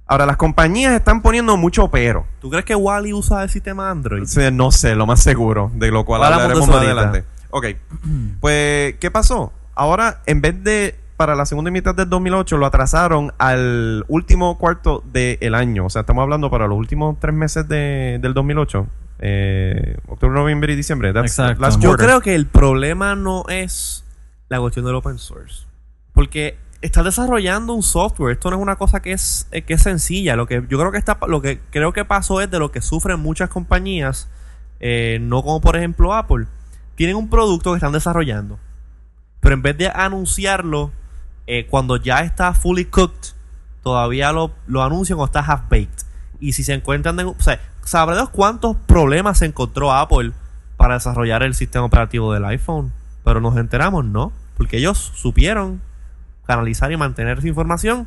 Speaker 2: Ahora, las compañías están poniendo mucho pero.
Speaker 1: ¿Tú crees que Wally usa el sistema Android?
Speaker 2: O sea, No sé, lo más seguro, de lo cual
Speaker 1: Hablamos
Speaker 2: hablaremos
Speaker 1: de
Speaker 2: más
Speaker 1: eso ahorita.
Speaker 2: adelante. Ok, pues, ¿qué pasó? Ahora, en vez de para la segunda mitad del 2008, lo atrasaron al último cuarto del año. O sea, estamos hablando para los últimos tres meses de- del 2008. Eh, octubre, noviembre y diciembre. That's
Speaker 3: Exacto.
Speaker 2: last
Speaker 1: Yo
Speaker 2: quarter.
Speaker 1: creo que el problema no es la cuestión del open source. Porque estás desarrollando un software. Esto no es una cosa que es, eh, que es sencilla. Lo que yo creo que está, lo que creo que pasó es de lo que sufren muchas compañías, eh, no como por ejemplo Apple. Tienen un producto que están desarrollando, pero en vez de anunciarlo eh, cuando ya está fully cooked, todavía lo, lo anuncian cuando está half baked. Y si se encuentran, de, o sea, sabrá Dios cuántos problemas se encontró Apple para desarrollar el sistema operativo del iPhone, pero nos enteramos, ¿no? Porque ellos supieron canalizar y mantener esa información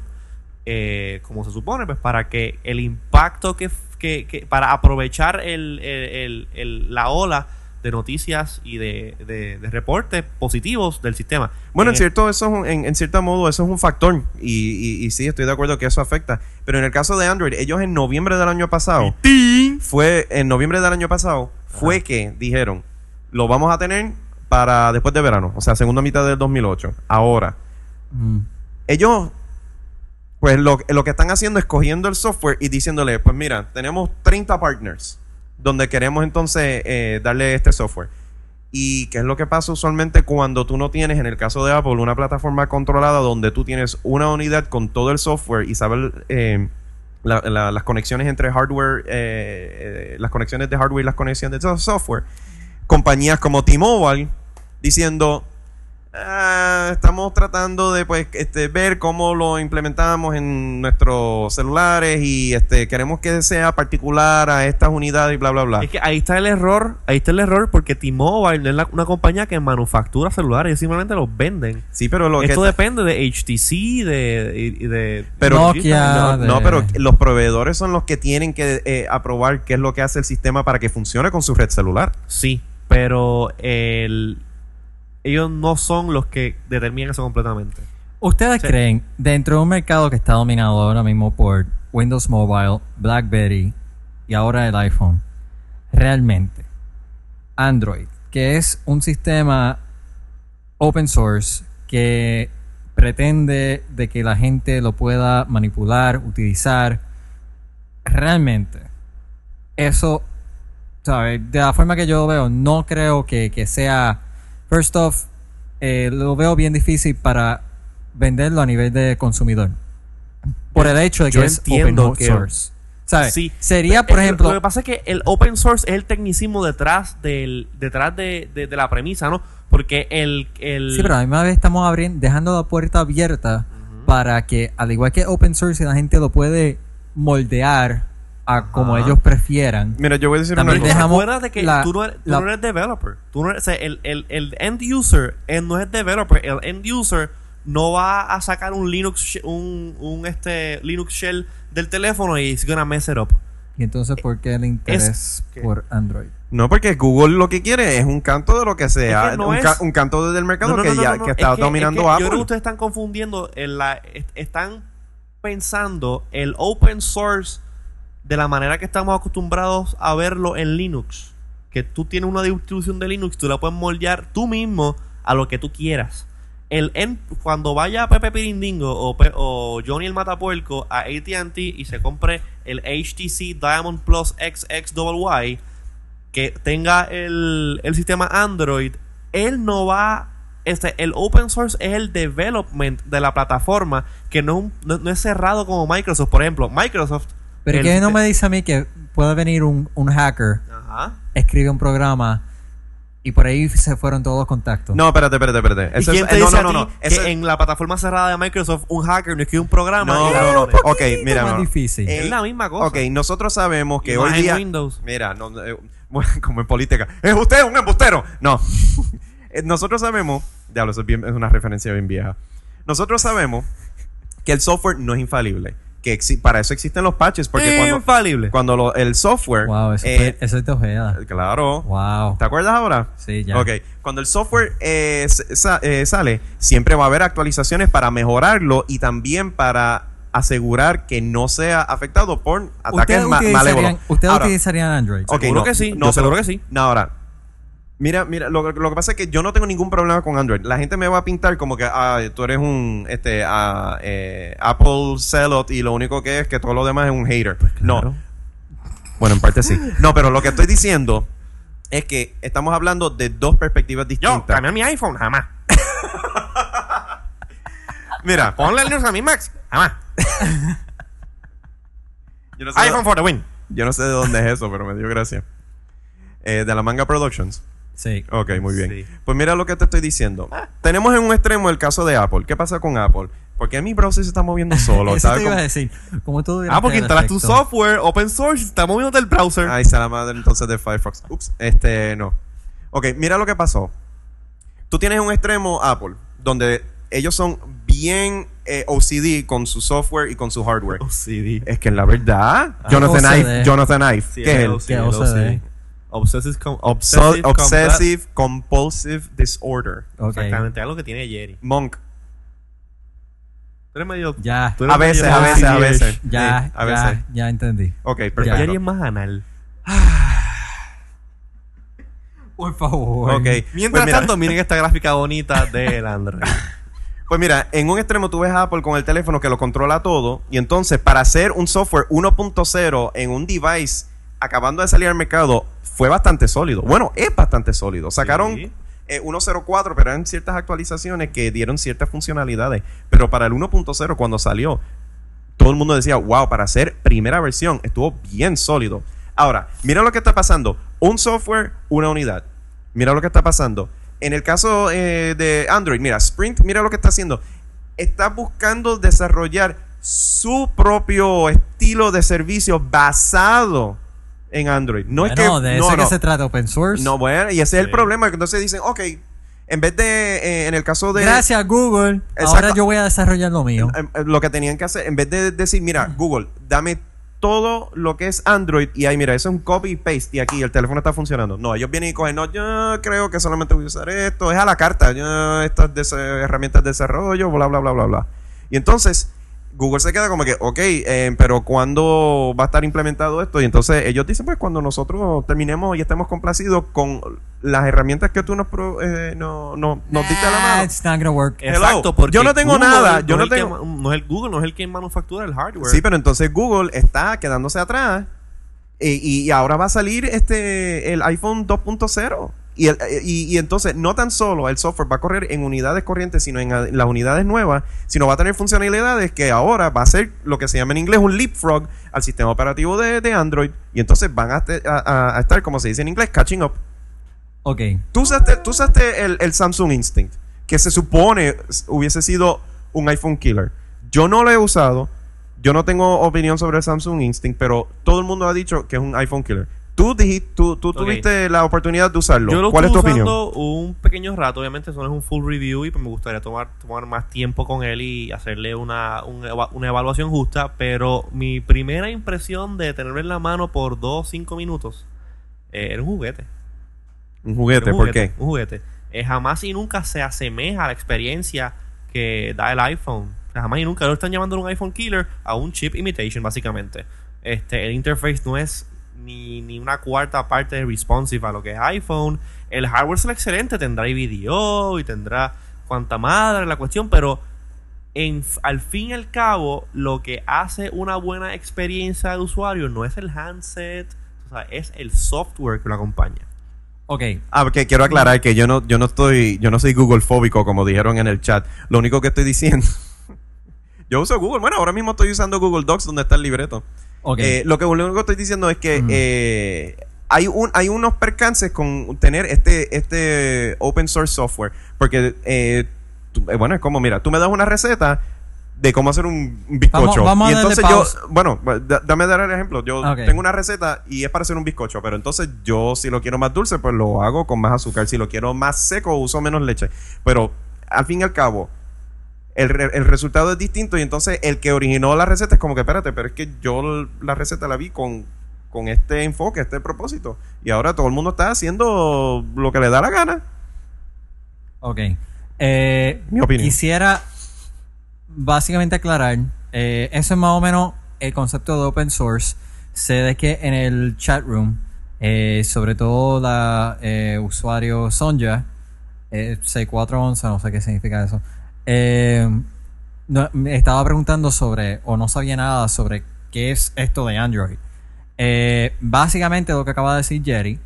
Speaker 1: eh, como se supone, pues para que el impacto que, que, que- para aprovechar el, el- el- el- la ola de noticias y de, de- de reportes positivos del sistema.
Speaker 2: Bueno, en
Speaker 1: Eh,
Speaker 2: cierto, eso es un- en, en cierto modo, eso es un factor. Y, y- y sí, estoy de acuerdo que eso afecta. Pero en el caso de Android, ellos en noviembre del año pasado. Fue en noviembre del año pasado. Fue que dijeron: Lo vamos a tener para después de verano. O sea, segunda mitad del 2008. Ahora.
Speaker 3: Mm.
Speaker 2: ellos, pues lo, lo que están haciendo es cogiendo el software y diciéndole, pues mira, tenemos 30 partners donde queremos entonces eh, darle este software. ¿Y qué es lo que pasa usualmente cuando tú no tienes, en el caso de Apple, una plataforma controlada donde tú tienes una unidad con todo el software y sabes eh, la- la- las conexiones entre hardware, eh, eh, las conexiones de hardware y las conexiones de software? Compañías como T-Mobile diciendo, Ah, estamos tratando de pues este, ver cómo lo implementamos en nuestros celulares y este queremos que sea particular a estas unidades y bla bla bla.
Speaker 1: Es que ahí está el error, ahí está el error porque T-Mobile no es la- una compañía que manufactura celulares, ellos simplemente los venden.
Speaker 2: Sí, pero lo
Speaker 1: Esto
Speaker 2: que
Speaker 1: depende de HTC, de, y- y de
Speaker 2: pero
Speaker 3: Nokia,
Speaker 2: no,
Speaker 3: de-
Speaker 2: no, pero los proveedores son los que tienen que eh, aprobar qué es lo que hace el sistema para que funcione con su red celular.
Speaker 1: Sí, pero el- ellos no son los que determinan eso completamente.
Speaker 3: ¿Ustedes
Speaker 1: Sí.
Speaker 3: creen, dentro de un mercado que está dominado ahora mismo por Windows Mobile, BlackBerry y ahora el iPhone, realmente Android, que es un sistema open source que pretende de que la gente lo pueda manipular, utilizar, realmente eso, ¿sabes? De la forma que yo lo veo, no creo que, que sea, first off, eh, lo veo bien difícil para venderlo a nivel de consumidor. Por el hecho de que
Speaker 1: Yo
Speaker 3: es
Speaker 1: entiendo
Speaker 3: open
Speaker 1: que-
Speaker 3: source. ¿Sabes?
Speaker 1: Sí.
Speaker 3: Sería, por
Speaker 1: Es que
Speaker 3: ejemplo,
Speaker 1: Lo que pasa es que el open source es el tecnicismo detrás del detrás de, de- de la premisa, ¿no? Porque el... el
Speaker 3: Sí, pero a la misma vez estamos abriendo, dejando la puerta abierta para que, al igual que open source, la gente lo puede moldear a como
Speaker 1: Ajá.
Speaker 3: ellos prefieran.
Speaker 2: Mira, yo voy a decir
Speaker 3: También
Speaker 2: una cosa.
Speaker 3: dejamos
Speaker 1: Acuérdate que
Speaker 3: la-
Speaker 1: tú, no eres, tú
Speaker 3: la-
Speaker 1: no eres developer. Tú no eres- o sea, el, el- el end user él no es developer. El end user no va a sacar un Linux sh- un, un, este Linux shell del teléfono y it's gonna mess it up.
Speaker 3: Y entonces, ¿por qué el interés
Speaker 1: que-
Speaker 3: por Android?
Speaker 2: No, porque Google lo que quiere es un canto de lo que sea,
Speaker 1: Es que no
Speaker 2: un, ca-
Speaker 1: es-
Speaker 2: un canto del mercado
Speaker 1: No, no,
Speaker 2: que
Speaker 1: no, no,
Speaker 2: ya
Speaker 1: no,
Speaker 2: que
Speaker 1: no.
Speaker 2: está
Speaker 1: Es que-
Speaker 2: dominando
Speaker 1: es que Yo creo que
Speaker 2: Apple.
Speaker 1: ustedes están confundiendo, en la, est- están pensando el open source de la manera que estamos acostumbrados a verlo en Linux. Que tú tienes una distribución de Linux, tú la puedes moldear tú mismo a lo que tú quieras. El en- cuando vaya Pepe Pirindingo o, Pe- o Johnny el Matapuerco a ATT y se compre el HTC Diamond Plus XXY, que tenga el, el sistema Android, él no va. Este, el open source es el development de la plataforma que no, es un- no, no es cerrado como Microsoft. Por ejemplo, Microsoft.
Speaker 3: Pero
Speaker 1: el
Speaker 3: ¿qué no
Speaker 1: siste-
Speaker 3: me dice a mí que puede venir un, un hacker,
Speaker 1: Ajá.
Speaker 3: escribe un programa y por ahí se fueron todos los contactos?
Speaker 2: No, espérate, espérate, espérate.
Speaker 1: ¿Y
Speaker 2: Eso
Speaker 1: quién
Speaker 2: es-
Speaker 1: te
Speaker 2: no,
Speaker 1: dice
Speaker 2: no,
Speaker 1: a
Speaker 2: no,
Speaker 1: ti
Speaker 2: no.
Speaker 1: que
Speaker 2: Eso es-
Speaker 1: en la plataforma cerrada de Microsoft un hacker no escribe un programa?
Speaker 2: No,
Speaker 1: y
Speaker 2: no,
Speaker 1: la-
Speaker 2: no. Ok, mira,
Speaker 3: más
Speaker 2: no, no.
Speaker 3: difícil.
Speaker 2: Eh,
Speaker 1: Es la misma cosa.
Speaker 2: Ok, nosotros sabemos que
Speaker 1: Y
Speaker 2: hoy
Speaker 1: más en
Speaker 2: día.
Speaker 1: Windows.
Speaker 2: Mira, no, no, eh, bueno, como en política. ¡Es usted un embustero! No. Eh, nosotros sabemos. Diablo, eso es, bien- es una referencia bien vieja. Nosotros sabemos que el software no es infalible. Que exi- para eso existen los patches. Porque cuando,
Speaker 1: infalible.
Speaker 2: cuando lo- el software.
Speaker 3: wow, eso,
Speaker 2: eh,
Speaker 3: fue- eso es de ojeda.
Speaker 2: Claro.
Speaker 3: Wow.
Speaker 2: ¿Te acuerdas ahora?
Speaker 3: Sí, ya.
Speaker 2: Ok. Cuando el software eh, s- sa- eh, sale, siempre va a haber actualizaciones para mejorarlo y también para asegurar que no sea afectado por ataques
Speaker 3: ¿Ustedes
Speaker 2: ma- malévolos.
Speaker 3: utilizarían, ¿ustedes
Speaker 2: Ahora,
Speaker 3: utilizarían Android?
Speaker 2: ok,
Speaker 1: Seguro que sí. Yo seguro
Speaker 2: pero-
Speaker 1: que sí.
Speaker 2: No, ahora. Mira, mira, lo, lo que pasa es que yo no tengo ningún problema con Android. La gente me va a pintar como que ah, tú eres un este ah, eh, Apple Celot y lo único que es que todo lo demás es un hater. No, Pues bueno, en parte sí. No, pero lo que estoy diciendo es que estamos hablando de dos perspectivas
Speaker 1: Yo
Speaker 2: distintas.
Speaker 1: cambié mi iPhone, jamás.
Speaker 2: Mira, ponle el news a mi Max. Jamás.
Speaker 1: Yo no sé
Speaker 2: iPhone for the win. Yo no sé de dónde es eso, pero me dio gracia. Eh, de la manga Productions.
Speaker 3: Sí.
Speaker 2: Ok, muy bien.
Speaker 1: Sí.
Speaker 2: Pues mira lo que te estoy diciendo. Tenemos en un extremo el caso de Apple. ¿Qué pasa con Apple? Porque mi browser se está moviendo solo.
Speaker 3: Eso
Speaker 2: ¿sabes?
Speaker 3: te iba a
Speaker 2: Como-
Speaker 3: decir. Como tú
Speaker 1: Ah, porque instalas tu
Speaker 3: tu
Speaker 1: software open source, está moviendo el browser.
Speaker 2: Ahí está la madre entonces de Firefox. Ups, este no. Ok, mira lo que pasó. Tú tienes un extremo Apple, donde ellos son bien eh, OCD con su software y con su hardware.
Speaker 1: Oh, CD.
Speaker 2: Es que en la verdad,
Speaker 3: Ah,
Speaker 2: Jonathan
Speaker 3: OCD.
Speaker 2: Ive, Jonathan Ive,
Speaker 1: Sí,
Speaker 2: ¿qué es él?
Speaker 1: OCD,
Speaker 3: ¿Qué es
Speaker 1: OCD? Obsessive, com-
Speaker 2: So-
Speaker 1: obsessive, compa-
Speaker 2: obsessive Compulsive Disorder.
Speaker 3: Ok.
Speaker 1: Exactamente, algo que tiene Jerry.
Speaker 2: Monk.
Speaker 1: Tú eres medio.
Speaker 3: Ya,
Speaker 1: tú eres
Speaker 2: A veces,
Speaker 1: medio
Speaker 2: a veces, a
Speaker 1: OCD-ish.
Speaker 2: veces.
Speaker 3: ya,
Speaker 2: Sí, a veces.
Speaker 3: ya, ya entendí.
Speaker 2: Ok,
Speaker 3: Ya.
Speaker 2: perfecto.
Speaker 1: Jerry es más anal.
Speaker 3: Por favor.
Speaker 2: Ok.
Speaker 1: Mientras
Speaker 2: Pues mira-
Speaker 1: tanto, miren esta gráfica bonita del Android.
Speaker 2: Pues mira, en un extremo tú ves a Apple con el teléfono que lo controla todo y entonces para hacer un software 1.0 en un device acabando de salir al mercado fue bastante sólido. Bueno, es bastante sólido. Sacaron
Speaker 1: Sí.
Speaker 2: eh, 1.04, pero eran ciertas actualizaciones que dieron ciertas funcionalidades. Pero para el 1.0 cuando salió, todo el mundo decía, wow, para hacer primera versión estuvo bien sólido. Ahora, mira lo que está pasando. Un software, una unidad. Mira lo que está pasando. En el caso eh, de Android, mira, Sprint, mira lo que está haciendo. Está buscando desarrollar su propio estilo de servicio basado en Android. No es
Speaker 3: Bueno,
Speaker 2: que...
Speaker 3: de
Speaker 2: no,
Speaker 3: eso que
Speaker 2: no.
Speaker 3: se trata open source.
Speaker 2: No, bueno, y ese es
Speaker 1: Sí.
Speaker 2: el problema. que Entonces dicen, ok, en vez de, eh, en el caso de...
Speaker 3: Gracias, Google.
Speaker 2: Exacto.
Speaker 3: Ahora yo voy a desarrollar lo mío.
Speaker 2: Eh, eh, Lo que tenían que hacer, en vez de decir, mira, Google, dame todo lo que es Android y ahí, mira, eso es un copy y paste y aquí el teléfono está funcionando. No, ellos vienen y cogen, no, yo creo que solamente voy a usar esto, es a la carta, yo, estas des- herramientas de desarrollo, bla, bla, bla, bla, bla. Y entonces Google se queda como que, ok, eh, pero ¿cuándo va a estar implementado esto? Y entonces ellos dicen, pues cuando nosotros terminemos y estemos complacidos con las herramientas que tú nos, pro- eh, no, no- nos diste a la
Speaker 3: Ah,
Speaker 2: mano.
Speaker 3: It's not gonna work.
Speaker 2: Hello. Yo no tengo nada, yo no
Speaker 1: es el que
Speaker 2: tengo-
Speaker 1: ma- no es el Google, no es el que manufactura el hardware.
Speaker 2: Sí, pero entonces Google está quedándose atrás eh, y, y ahora va a salir este el iPhone 2.0. Y, el- eh, y, y entonces no tan solo el software va a correr en unidades corrientes, sino en, a- en las unidades nuevas, sino va a tener funcionalidades que ahora va a ser lo que se llama en inglés un leapfrog al sistema operativo de, de Android. Y entonces van a, te- a- a- a estar, como se dice en inglés, catching up.
Speaker 3: Ok.
Speaker 2: Tú usaste, tú usaste el, el Samsung Instinct, que se supone hubiese sido un iPhone killer. Yo no lo he usado. Yo no tengo opinión sobre el Samsung Instinct, pero todo el mundo ha dicho que es un iPhone killer. Tú, dijiste, tú, tú
Speaker 1: Ok.
Speaker 2: tuviste la oportunidad de usarlo.
Speaker 1: Yo lo
Speaker 2: ¿Cuál es tu
Speaker 1: estuve
Speaker 2: opinión?
Speaker 1: usando un pequeño rato, obviamente eso no es un full review y pues me gustaría tomar, tomar más tiempo con él y hacerle una, un eva- una evaluación justa, pero mi primera impresión de tenerlo en la mano por 2 5 minutos eh, era un juguete.
Speaker 2: Un juguete,
Speaker 1: un
Speaker 2: ¿por
Speaker 1: juguete,
Speaker 2: qué?
Speaker 1: un juguete. Eh, jamás y nunca se asemeja a la experiencia que da el iPhone. O sea, jamás y nunca lo están llamando un iPhone killer a un chip imitation, básicamente. Este, el interface no es ni, ni una cuarta parte de responsive a lo que es iPhone. El hardware será excelente, tendrá IVDO y tendrá cuanta madre la cuestión, pero en, al fin y al cabo, lo que hace una buena experiencia de usuario no es el handset, o sea, es el software que lo acompaña.
Speaker 3: Ok.
Speaker 2: Ah, porque quiero aclarar que yo no, yo no estoy, yo no soy Google fóbico, como dijeron en el chat. Lo único que estoy diciendo. yo uso Google. Bueno, ahora mismo estoy usando Google Docs donde está el libreto.
Speaker 3: Ok.
Speaker 2: Eh, lo que lo único que estoy diciendo es que
Speaker 3: Ujú.
Speaker 2: eh, hay, un, hay unos percances con tener este, este open source software. Porque, eh, tú- eh, bueno, es como, mira, tú me das una receta de cómo hacer un bizcocho.
Speaker 3: Vamos- vamos
Speaker 2: y
Speaker 3: a darle
Speaker 2: entonces yo,
Speaker 3: pausa.
Speaker 2: bueno, da- dame dar el ejemplo. Yo
Speaker 3: Ok.
Speaker 2: tengo una receta y es para hacer un bizcocho, pero entonces yo si lo quiero más dulce, pues lo hago con más azúcar. Si lo quiero más seco, uso menos leche. Pero al fin y al cabo, el, re- el resultado es distinto y entonces el que originó la receta es como que espérate, pero es que yo l- la receta la vi con, con este enfoque, este propósito y ahora todo el mundo está haciendo lo que le da la gana.
Speaker 3: Ok. Eh,
Speaker 2: Mi opinión.
Speaker 3: Quisiera básicamente aclarar, eh, eso es más o menos el concepto de open source. Sé de que en el chat room, eh, sobre todo la eh, usuario Sonja, eh, 6411, no sé qué significa eso, eh, no- me estaba preguntando sobre, o no sabía nada sobre qué es esto de Android. Eh, básicamente lo que acaba de decir Jerry,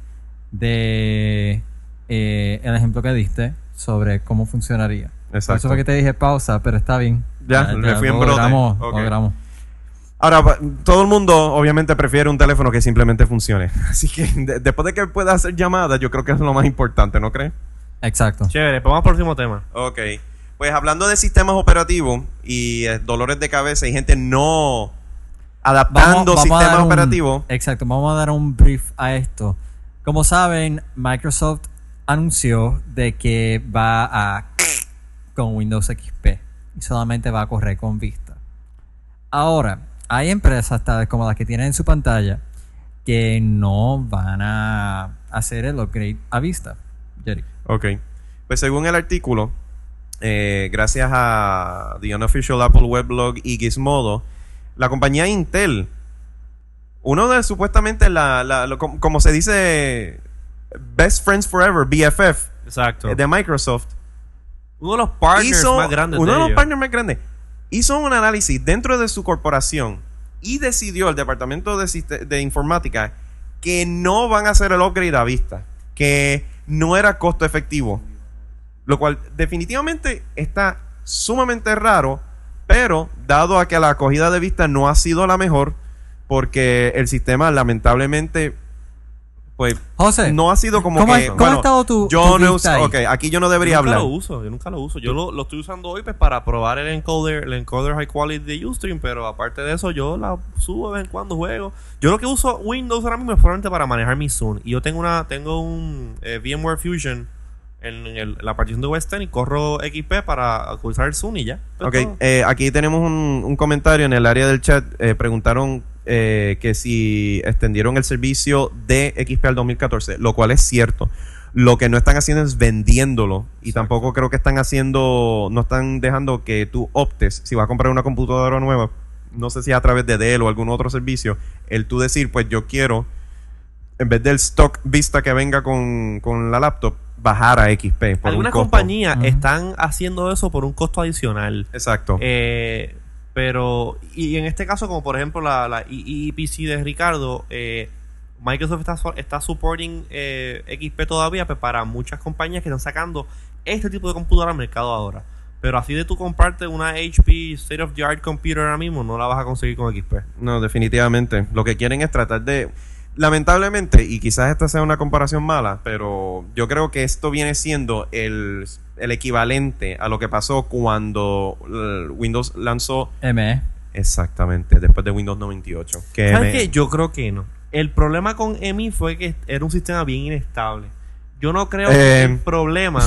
Speaker 3: de eh, el ejemplo que diste sobre cómo funcionaría. Por eso
Speaker 2: Exacto.
Speaker 3: fue que te dije pausa, pero está bien.
Speaker 2: Ya, me fui en brote.
Speaker 3: logramos,
Speaker 2: Ok.
Speaker 3: logramos.
Speaker 2: Ahora, pa- todo el mundo obviamente prefiere un teléfono que simplemente funcione. Así que de- después de que pueda hacer llamadas, yo creo que es lo más importante, ¿no crees?
Speaker 3: Exacto.
Speaker 1: Chévere, pues vamos al próximo tema.
Speaker 2: Ok. Pues hablando de sistemas operativos y eh, dolores de cabeza y gente no adaptando
Speaker 3: a
Speaker 2: sistemas
Speaker 3: dar un-
Speaker 2: operativos.
Speaker 3: Exacto, vamos a dar un brief a esto. Como saben, Microsoft anunció de que va a con Windows XP y solamente va a correr con Vista. Ahora, hay empresas tales como las que tienen en su pantalla que no van a hacer el upgrade a Vista. Jerry.
Speaker 2: Ok. Pues según el artículo, eh, gracias a The Unofficial Apple Weblog y Gizmodo, la compañía Intel, uno de supuestamente la, la- lo- com- como se dice, Best Friends Forever, BFF,
Speaker 1: Exacto.
Speaker 2: eh, de Microsoft,
Speaker 1: uno de los partners
Speaker 2: hizo
Speaker 1: más grandes
Speaker 2: uno de, los
Speaker 1: ellos.
Speaker 2: partners más grandes hizo un análisis dentro de su corporación y decidió el departamento de, siste- de informática que no van a hacer el upgrade a vista que no era costo efectivo lo cual definitivamente está sumamente raro pero dado a que la acogida de vista no ha sido la mejor porque el sistema lamentablemente pues
Speaker 3: José,
Speaker 2: no ha sido como
Speaker 3: ¿cómo,
Speaker 2: que
Speaker 3: ha- cómo
Speaker 2: bueno,
Speaker 3: ha estado tu,
Speaker 2: yo
Speaker 3: tu
Speaker 2: no he usado
Speaker 3: Vista ahí?
Speaker 2: ok aquí yo no debería
Speaker 1: Yo nunca
Speaker 2: hablar
Speaker 1: lo uso, yo nunca lo uso. Yo lo, lo estoy usando hoy pues, para probar el encoder, el encoder high quality de Ustream, pero aparte de eso, yo la subo de vez en cuando juego. Yo lo que uso Windows ahora mismo es solamente para manejar mi Zoom. Y yo tengo una, tengo un eh, VMware Fusion en, el- la partición de Western y corro XP para cursar el Zoom y ya. Eso
Speaker 2: Ok,
Speaker 1: es todo.
Speaker 2: eh, aquí tenemos un, un comentario en el área del chat. eh, preguntaron eh, que si extendieron el servicio de XP al 2014, lo cual es cierto. Lo que no están haciendo es vendiéndolo y
Speaker 1: Exacto.
Speaker 2: tampoco creo que están haciendo, no están dejando que tú optes si vas a comprar una computadora nueva, no sé si a través de Dell o algún otro servicio, el tú decir, pues yo quiero, en vez del stock vista que venga con, con la laptop, bajar a XP. por un
Speaker 1: Algunas
Speaker 2: costo.
Speaker 1: compañías
Speaker 3: Ajá.
Speaker 1: están haciendo eso por un costo adicional.
Speaker 2: Exacto.
Speaker 1: Eh, pero, y en este caso, como por ejemplo la, la E IEPC de Ricardo, eh, Microsoft está, so- está supporting eh, XP todavía pero para muchas compañías que están sacando este tipo de computadora al mercado ahora. Pero así de tú comprarte una HP State of the Art Computer ahora mismo, no la vas a conseguir con XP.
Speaker 2: No, definitivamente. Lo que quieren es tratar de. Lamentablemente, y quizás esta sea una comparación mala, pero yo creo que esto viene siendo el, el equivalente a lo que pasó cuando eh, Windows lanzó.
Speaker 3: ME.
Speaker 2: Exactamente, después de Windows 98. Que
Speaker 1: ¿Sabes
Speaker 2: me-
Speaker 1: qué? Yo creo que no. El problema con EMI fue que era un sistema bien inestable. Yo no creo que
Speaker 2: Eh.
Speaker 1: el problema,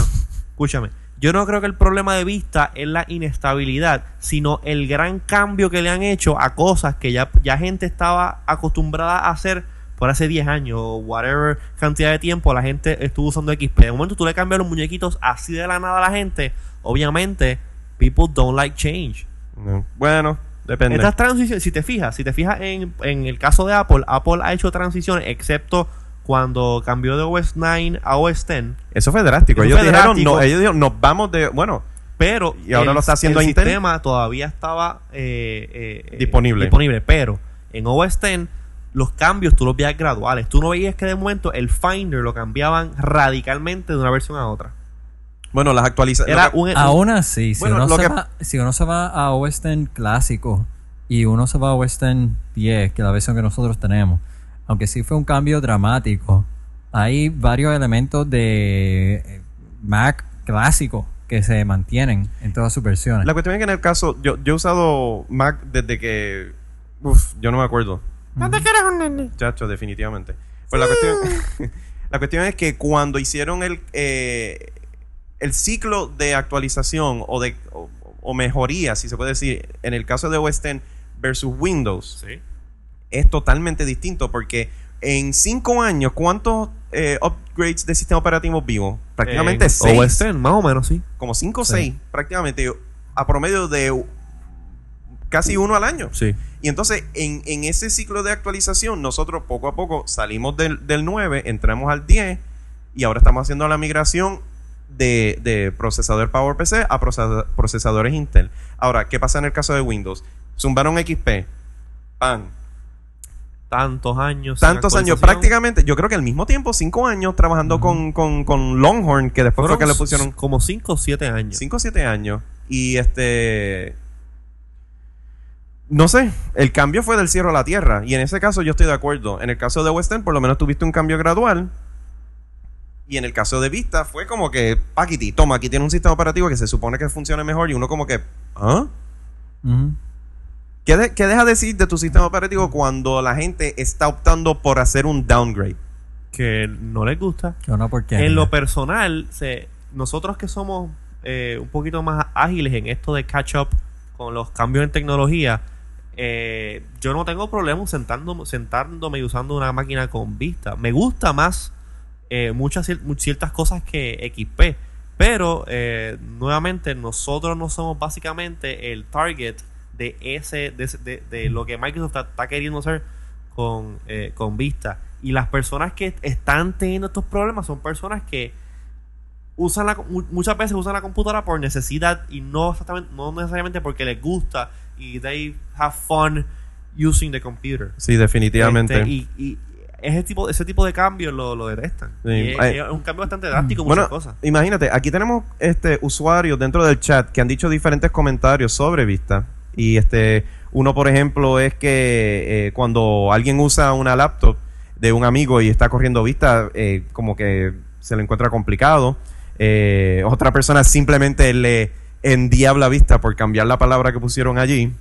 Speaker 1: escúchame, yo no creo que el problema de vista es la inestabilidad, sino el gran cambio que le han hecho a cosas que ya, ya gente estaba acostumbrada a hacer por hace 10 años o whatever cantidad de tiempo la gente estuvo usando XP. De momento tú le cambias los muñequitos así de la nada a la gente, obviamente people don't like change.
Speaker 2: No. Bueno, depende.
Speaker 1: Estas transiciones, si te fijas, si te fijas en, en el caso de Apple, Apple ha hecho transiciones, excepto cuando cambió de OS 9 a OS 10.
Speaker 2: Eso fue drástico.
Speaker 1: Eso
Speaker 2: ellos,
Speaker 1: fue
Speaker 2: dijeron,
Speaker 1: drástico.
Speaker 2: No, ellos dijeron, nos vamos de. Bueno,
Speaker 1: Pero
Speaker 2: Y ahora
Speaker 1: el,
Speaker 2: lo está haciendo
Speaker 1: el
Speaker 2: Intel.
Speaker 1: sistema todavía estaba eh, eh, eh,
Speaker 2: Disponible.
Speaker 1: disponible. Pero en OS 10 los cambios tú los veías graduales. Tú no veías que de momento el Finder lo cambiaban radicalmente de una versión a otra.
Speaker 2: bueno, las actualizaciones.
Speaker 1: Era un, e-,
Speaker 3: Aún así, si,
Speaker 2: Bueno,
Speaker 3: uno
Speaker 2: lo
Speaker 3: se
Speaker 2: que-
Speaker 3: va, si uno se va a Western clásico y uno se va a Western 10, que es la versión que nosotros tenemos, aunque sí fue un cambio dramático, hay varios elementos de eh, Mac clásico que se mantienen en todas sus versiones.
Speaker 2: La cuestión es que en el caso, yo, yo he usado Mac desde que. Uf, yo no me acuerdo. Chacho, definitivamente. Pues la cuestión. la cuestión es que cuando hicieron el. eh, el ciclo de actualización o de. O, o mejoría, si se puede decir, en el caso de OS X versus Windows,
Speaker 1: Sí.
Speaker 2: es totalmente distinto porque en cinco años, ¿cuántos eh, upgrades de sistema operativo vivo? Prácticamente
Speaker 1: En
Speaker 2: seis
Speaker 1: OS 10, más o menos, sí.
Speaker 2: como 5 o
Speaker 3: Sí.
Speaker 2: 6 prácticamente a promedio de u- casi uno al año.
Speaker 1: Sí.
Speaker 2: Y entonces en, en ese ciclo de actualización nosotros poco a poco salimos del, del 9, entramos al 10 y ahora estamos haciendo la migración de, de procesador PowerPC a procesa- procesadores Intel. Ahora, ¿qué pasa en el caso de Windows? Zumbaron XP, pan.
Speaker 1: tantos años. sin
Speaker 2: Tantos años,
Speaker 1: actualización.
Speaker 2: prácticamente, yo creo que al mismo tiempo, cinco años trabajando con, con, con Longhorn, que después
Speaker 1: Fueron
Speaker 2: fue que le pusieron
Speaker 1: como 5 o 7 años.
Speaker 2: 5 o 7 años. Y este. No sé, el cambio fue del cielo a la tierra. Y en ese caso yo estoy de acuerdo. En el caso de West End, por lo menos tuviste un cambio gradual. Y en el caso de Vista, fue como que, Paquiti, toma, aquí tiene un sistema operativo que se supone que funcione mejor. Y uno, como que, ¿ah?
Speaker 3: Ujú.
Speaker 2: ¿Qué, de- qué deja decir de tu sistema operativo cuando la gente está optando por hacer un downgrade?
Speaker 1: Que no les gusta.
Speaker 3: Que una porquería.
Speaker 1: En lo personal, se- nosotros que somos eh, un poquito más ágiles en esto de catch up con los cambios en tecnología, eh, yo no tengo problemas sentándome, sentándome y usando una máquina con vista. Me gusta más eh, muchas cier- mu- ciertas cosas que XP, pero eh, nuevamente nosotros no somos básicamente el target de ese de, ese- de- de lo que Microsoft está, está queriendo hacer con, eh, con vista. Y las personas que están teniendo estos problemas son personas que usan la, mu- muchas veces usan la computadora por necesidad y no exactamente, no necesariamente porque les gusta y they have fun using the computer.
Speaker 2: Sí, definitivamente.
Speaker 1: Este, y, y ese tipo, ese tipo de cambios lo, lo detestan.
Speaker 2: Sí.
Speaker 1: Y es,
Speaker 2: Ay.
Speaker 1: es un cambio bastante drástico, en
Speaker 2: Bueno,
Speaker 1: muchas cosas.
Speaker 2: imagínate, aquí tenemos este usuarios dentro del chat que han dicho diferentes comentarios sobre Vista. Y este, uno, por ejemplo, es que eh, cuando alguien usa una laptop de un amigo y está corriendo Vista, eh, como que se lo encuentra complicado. Eh, otra persona simplemente le endiabla Vista por cambiar la palabra que pusieron allí.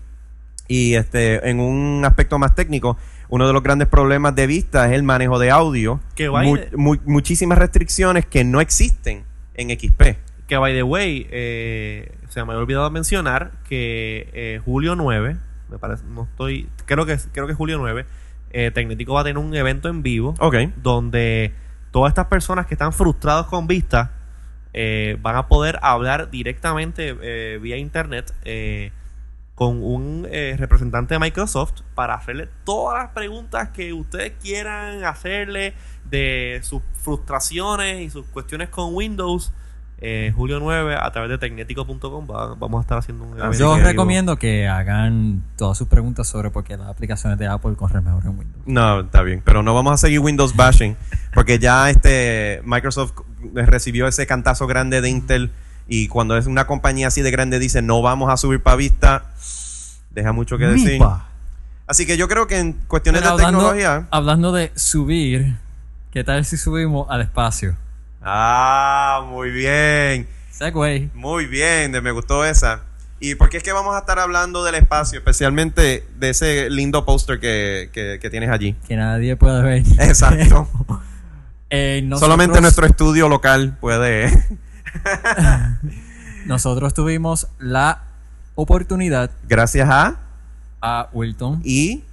Speaker 2: Y este, en un aspecto más técnico, uno de los grandes problemas de Vista es el manejo de audio.
Speaker 1: Que va y
Speaker 2: Mu-
Speaker 1: de-
Speaker 2: mu- muchísimas restricciones que no existen en XP.
Speaker 1: Que by the way, eh, se me había olvidado mencionar que eh, julio 9, me parece, no estoy, creo que, es- creo que es julio 9, eh, Tecnético va a tener un evento en vivo
Speaker 2: Ok.
Speaker 1: donde todas estas personas que están frustrados con vista eh, van a poder hablar directamente eh, vía internet eh, con un eh, representante de Microsoft para hacerle todas las preguntas que ustedes quieran hacerle de sus frustraciones y sus cuestiones con Windows. Eh, julio 9 a través de tecnético.com va- vamos a estar haciendo un
Speaker 2: Así
Speaker 1: evento.
Speaker 3: Yo
Speaker 2: que digo-
Speaker 3: recomiendo que hagan todas sus preguntas sobre por qué las aplicaciones de Apple corren mejor en Windows.
Speaker 2: No, está bien. Pero no vamos a seguir Windows bashing. Porque ya este Microsoft recibió ese cantazo grande de Intel. Y cuando es una compañía así de grande, dice no vamos a subir para vista. Deja mucho que decir.
Speaker 3: Mipa.
Speaker 2: Así que yo creo que en cuestiones
Speaker 3: Pero
Speaker 2: de
Speaker 3: hablando-
Speaker 2: tecnología.
Speaker 3: Hablando de subir, ¿qué tal si subimos al espacio?
Speaker 2: Ah, muy bien.
Speaker 3: Segway.
Speaker 2: Muy bien, de- me gustó esa. ¿Y por qué es que vamos a estar hablando del espacio, especialmente de ese lindo póster que, que- que tienes allí?
Speaker 3: Que nadie puede ver.
Speaker 2: Exacto.
Speaker 3: Eh, nosotros-
Speaker 2: Solamente nuestro estudio local puede...
Speaker 3: Nosotros tuvimos la oportunidad
Speaker 2: Gracias a...
Speaker 3: a Wilton
Speaker 2: Y...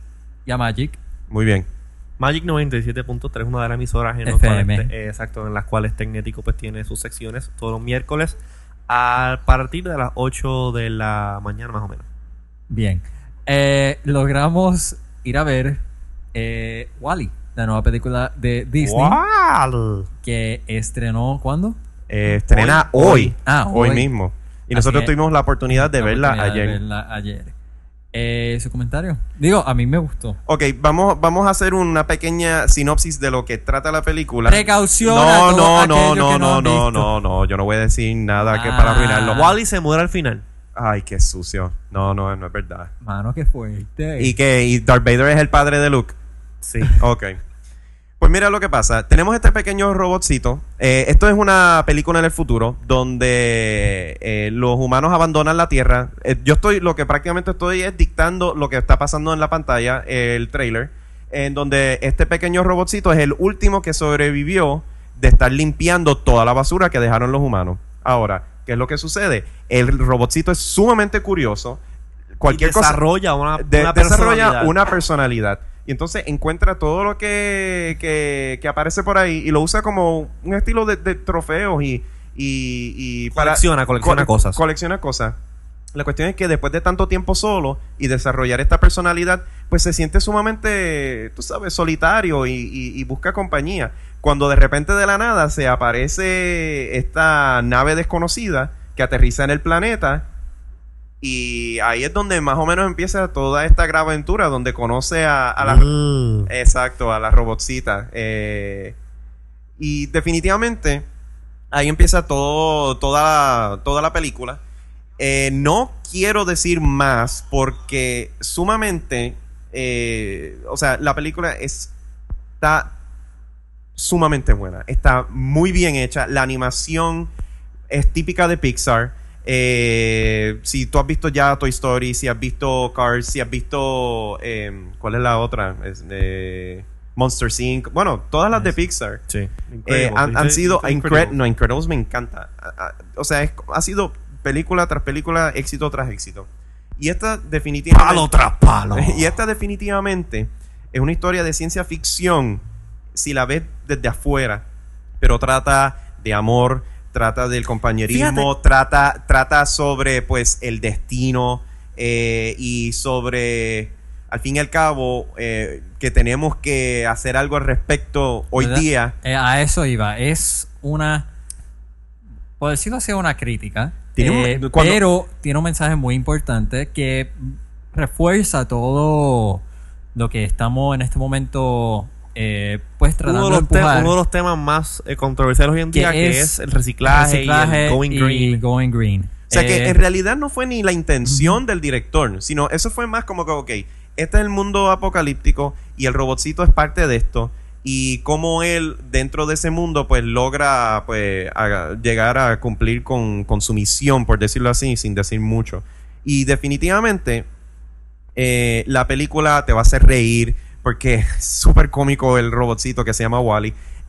Speaker 3: y a Magic.
Speaker 2: Muy bien.
Speaker 1: Magic 97.3, una de las emisoras en los
Speaker 3: FM.
Speaker 1: cuales- eh, exacto, en las cuales Tecnético pues tiene sus secciones todos los miércoles a partir de las 8 de la mañana más o menos.
Speaker 3: Bien. Eh, logramos ir a ver eh, Wally, la nueva película de Disney
Speaker 1: ¡Guau!
Speaker 3: que estrenó ¿cuándo?
Speaker 2: Eh, estrena hoy.
Speaker 3: Ah,
Speaker 2: Hoy, mismo. Y
Speaker 3: Así
Speaker 2: nosotros
Speaker 3: es.
Speaker 2: tuvimos la oportunidad de
Speaker 3: La
Speaker 2: verla
Speaker 3: oportunidad de
Speaker 2: ayer.
Speaker 3: verla ayer. Eh, Su comentario. Digo, a mí me gustó.
Speaker 2: Ok, vamos, vamos a hacer una pequeña sinopsis de lo que trata la película.
Speaker 3: Precaución.
Speaker 2: no,
Speaker 3: a
Speaker 2: no,
Speaker 3: todos
Speaker 2: no,
Speaker 3: aquellos
Speaker 2: no,
Speaker 3: que
Speaker 2: no,
Speaker 3: han
Speaker 2: no,
Speaker 3: visto.
Speaker 2: no, no, yo no voy a decir nada que
Speaker 3: Ah.
Speaker 2: para arruinarlo.
Speaker 1: Wally se muere al final.
Speaker 2: Ay, qué sucio. No, no, no es verdad.
Speaker 3: Mano, qué fuerte.
Speaker 2: Y que y Darth Vader es el padre de Luke.
Speaker 1: Sí.
Speaker 2: Ok. Pues mira lo que pasa. Tenemos este pequeño robotcito. Eh, esto es una película en el futuro donde eh, los humanos abandonan la Tierra. Eh, yo estoy, lo que prácticamente estoy es dictando lo que está pasando en la pantalla, eh, el trailer, en donde este pequeño robotcito es el último que sobrevivió de estar limpiando toda la basura que dejaron los humanos. Ahora, ¿qué es lo que sucede? El robotcito es sumamente curioso. Cualquier
Speaker 1: Y
Speaker 2: cosa
Speaker 1: desarrolla una,
Speaker 2: de-
Speaker 1: una
Speaker 2: desarrolla
Speaker 1: personalidad.
Speaker 2: una personalidad. Y entonces encuentra todo lo que, que, que aparece por ahí y lo usa como un estilo de, de trofeos y, y, y para-
Speaker 1: Colecciona, colecciona
Speaker 2: co-
Speaker 1: cosas.
Speaker 2: Colecciona cosas. La cuestión es que después de tanto tiempo solo y desarrollar esta personalidad, pues se siente sumamente, tú sabes, solitario y, y- y busca compañía. Cuando de repente de la nada se aparece esta nave desconocida que aterriza en el planeta Y ahí es donde más o menos empieza toda esta gran aventura, donde conoce a, a la...
Speaker 1: Mm.
Speaker 2: Exacto, a la robotcita. eh, y definitivamente ahí empieza todo, toda, la- toda la película. Eh, no quiero decir más porque sumamente, eh, o sea, la película es- está sumamente buena, está muy bien hecha, la animación es típica de Pixar. Eh, si tú has visto ya Toy Story, si has visto Cars, si has visto. eh, ¿Cuál es la otra? Es, eh, Monster Inc. Bueno, todas las de Pixar.
Speaker 4: Sí.
Speaker 2: Eh, han, han sido Incre-
Speaker 1: increíbles
Speaker 2: no, Incredibles me encanta. A- a- O sea, es- ha sido película tras película, éxito tras éxito. Y esta definitivamente.
Speaker 1: Palo tras palo.
Speaker 2: Y esta definitivamente es una historia de ciencia ficción si la ves desde afuera, pero trata de amor, trata del compañerismo, trata trata sobre pues el destino eh, y sobre al fin y al cabo eh, que tenemos que hacer algo al respecto hoy
Speaker 3: ¿Verdad?
Speaker 2: día.
Speaker 3: Eh, a eso iba. Es una. Por decirlo así, una crítica.
Speaker 2: Tiene
Speaker 3: eh,
Speaker 2: un- cuando-
Speaker 3: Pero tiene un mensaje muy importante que refuerza todo lo que estamos en este momento. eh, pues
Speaker 1: uno
Speaker 3: tratando
Speaker 1: de,
Speaker 3: de
Speaker 1: los te-
Speaker 3: empujar.
Speaker 1: uno de los temas más eh, controversiales hoy en día que es, el reciclaje, y el going
Speaker 3: y
Speaker 1: green.
Speaker 3: going green.
Speaker 2: O sea
Speaker 3: Eh,
Speaker 2: que en realidad no fue ni la intención del director, sino eso fue más como que, ok, este es el mundo apocalíptico y el robotcito es parte de esto. Y cómo él, dentro de ese mundo, pues logra pues, a- llegar a cumplir con, con su misión, por decirlo así, sin decir mucho. Y definitivamente, eh, la película te va a hacer reír porque es súper cómico el robotcito que se llama Wally. Eh, eh,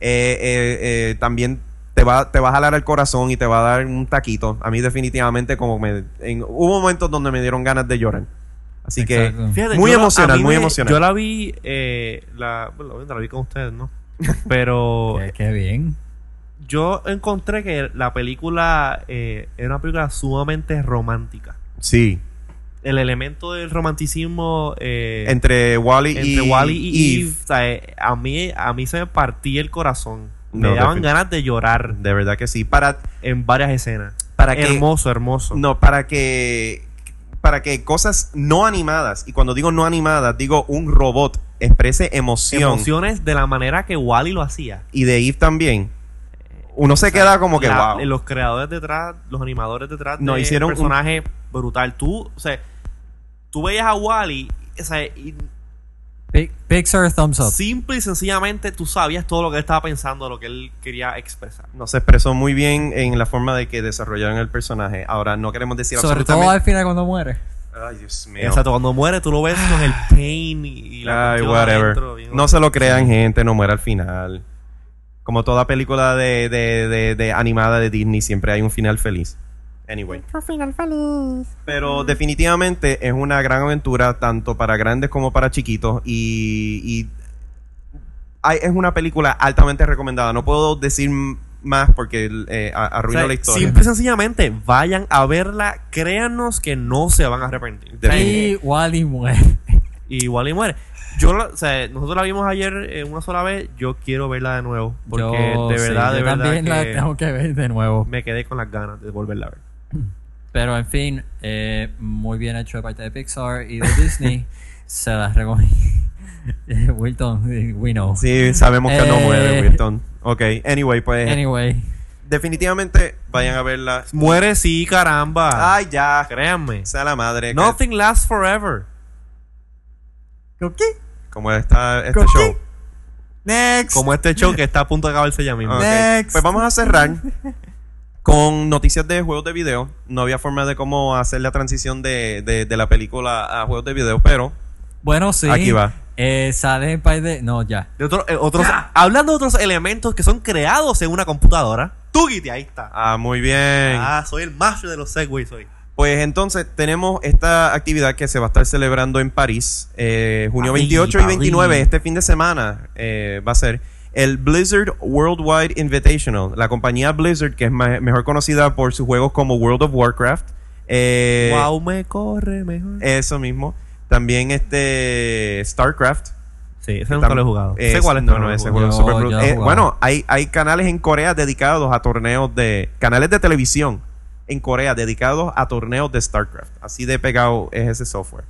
Speaker 2: eh, también te va, te va a jalar el corazón y te va a dar un taquito. A mí definitivamente como me... en- hubo momentos donde me dieron ganas de llorar. Así que...
Speaker 3: exacto.
Speaker 1: Fíjate,
Speaker 2: Muy
Speaker 1: yo la-
Speaker 2: emocional,
Speaker 1: a mí
Speaker 2: muy
Speaker 1: me-
Speaker 2: emocional.
Speaker 1: Yo la vi, eh, la, bueno, la vi con ustedes, ¿no? Pero
Speaker 3: Qué- qué bien.
Speaker 1: yo encontré que la película eh, era una película sumamente romántica.
Speaker 2: Sí.
Speaker 1: El elemento del romanticismo eh,
Speaker 2: Entre Wally
Speaker 1: entre
Speaker 2: y...
Speaker 1: Wally y
Speaker 2: Eve.
Speaker 1: Eve, o sea, eh, a, mí, a mí se me partía el corazón.
Speaker 2: No,
Speaker 1: me daban
Speaker 2: definit-
Speaker 1: ganas de llorar
Speaker 2: De verdad que sí. Para,
Speaker 1: en varias escenas.
Speaker 2: para que...
Speaker 1: hermoso, hermoso.
Speaker 2: No, para que para que cosas no animadas, y cuando digo no animadas, digo un robot exprese emoción,
Speaker 1: Emociones de la manera que Wally lo hacía.
Speaker 2: y de Eve también. Uno se queda como que
Speaker 1: La-
Speaker 2: wow.
Speaker 1: Los creadores detrás, los animadores detrás
Speaker 2: No,
Speaker 1: de
Speaker 2: hicieron un-
Speaker 1: personaje brutal. Tú, o sea, tú veías a Wally, o sea, y
Speaker 3: Pi- Pixar Thumbs Up.
Speaker 1: simple y sencillamente tú sabías todo lo que él estaba pensando, lo que él quería expresar.
Speaker 2: No se expresó muy bien en la forma de que desarrollaron el personaje. Ahora no queremos decir
Speaker 3: Sobre todo
Speaker 2: absolutamente.
Speaker 3: al final cuando muere.
Speaker 2: Ay, Dios mío.
Speaker 1: Exacto, cuando muere tú lo ves con el pain y, y la
Speaker 2: Ah. Ay,
Speaker 1: cuestión
Speaker 2: whatever.
Speaker 1: adentro, bien-
Speaker 2: No se lo crean, gente, no muera al final. Como toda película de, de- de- de animada de Disney, siempre hay un final feliz. Anyway. Pero definitivamente es una gran aventura, tanto para grandes como para chiquitos. Y, y hay- es una película altamente recomendada. No puedo decir m- más porque eh, a-
Speaker 1: O
Speaker 2: arruino
Speaker 1: sea,
Speaker 2: la historia.
Speaker 1: simple y sencillamente vayan a verla, créanos que no se van a arrepentir.
Speaker 2: De-
Speaker 3: Y Wally muere.
Speaker 1: Y Wally muere. Yo la- o sea, nosotros la vimos ayer eh, una sola vez, yo quiero verla de nuevo. Porque
Speaker 3: Yo-
Speaker 1: de
Speaker 3: sí,
Speaker 1: verdad,
Speaker 3: yo
Speaker 1: de verdad.
Speaker 3: También la
Speaker 1: que-
Speaker 3: tengo que ver de nuevo.
Speaker 1: me quedé con las ganas de volverla a ver.
Speaker 3: Pero en fin, eh, muy bien hecho de parte de Pixar y de Disney. Se las recomiendo. Eh, Wilton, eh, we know.
Speaker 2: Sí, sabemos que no
Speaker 3: Eh.
Speaker 2: muere, Wilton. Ok, anyway, pues
Speaker 3: Anyway,
Speaker 2: definitivamente vayan a verla.
Speaker 1: Muere sí, caramba.
Speaker 2: Ay, ya.
Speaker 1: Créanme.
Speaker 2: Sea la madre. que-
Speaker 1: Nothing lasts forever.
Speaker 2: Como está este
Speaker 3: ¿Con
Speaker 2: show.
Speaker 3: next.
Speaker 1: Como este show que está a punto de acabarse ya mismo.
Speaker 2: Ok,
Speaker 3: Next.
Speaker 2: Pues vamos a cerrar con noticias de juegos de video. No había forma de cómo hacer la transición de, de- de la película a juegos de video, pero
Speaker 3: Bueno, sí.
Speaker 2: aquí va.
Speaker 3: Eh, sale en par de. No, ya.
Speaker 1: De otro- eh, otros, hablando de otros elementos que son creados en una computadora. Tú, Guite, ahí está.
Speaker 2: Ah, muy bien.
Speaker 1: Ah, soy el macho de los segways hoy.
Speaker 2: Pues entonces tenemos esta actividad que se va a estar celebrando en París, eh, junio
Speaker 1: París,
Speaker 2: 28 y
Speaker 1: París.
Speaker 2: 29, este fin de semana eh, va a ser el Blizzard Worldwide Invitational, la compañía Blizzard que es ma- mejor conocida por sus juegos como World of Warcraft. eh,
Speaker 1: wow, me corre mejor.
Speaker 2: Eso mismo. También este StarCraft.
Speaker 1: sí, ese nunca lo he jugado.
Speaker 2: Es-
Speaker 1: sé cuál es,
Speaker 2: no,
Speaker 1: pero
Speaker 2: no,
Speaker 1: lo he
Speaker 2: ese
Speaker 1: jugado.
Speaker 2: juego es
Speaker 3: Yo-
Speaker 2: súper
Speaker 3: yo
Speaker 2: brutal.
Speaker 3: he
Speaker 2: Eh,
Speaker 3: jugado.
Speaker 2: bueno, hay, hay canales en Corea dedicados a torneos de... Canales de televisión en Corea dedicados a torneos de StarCraft. Así de pegado es ese software.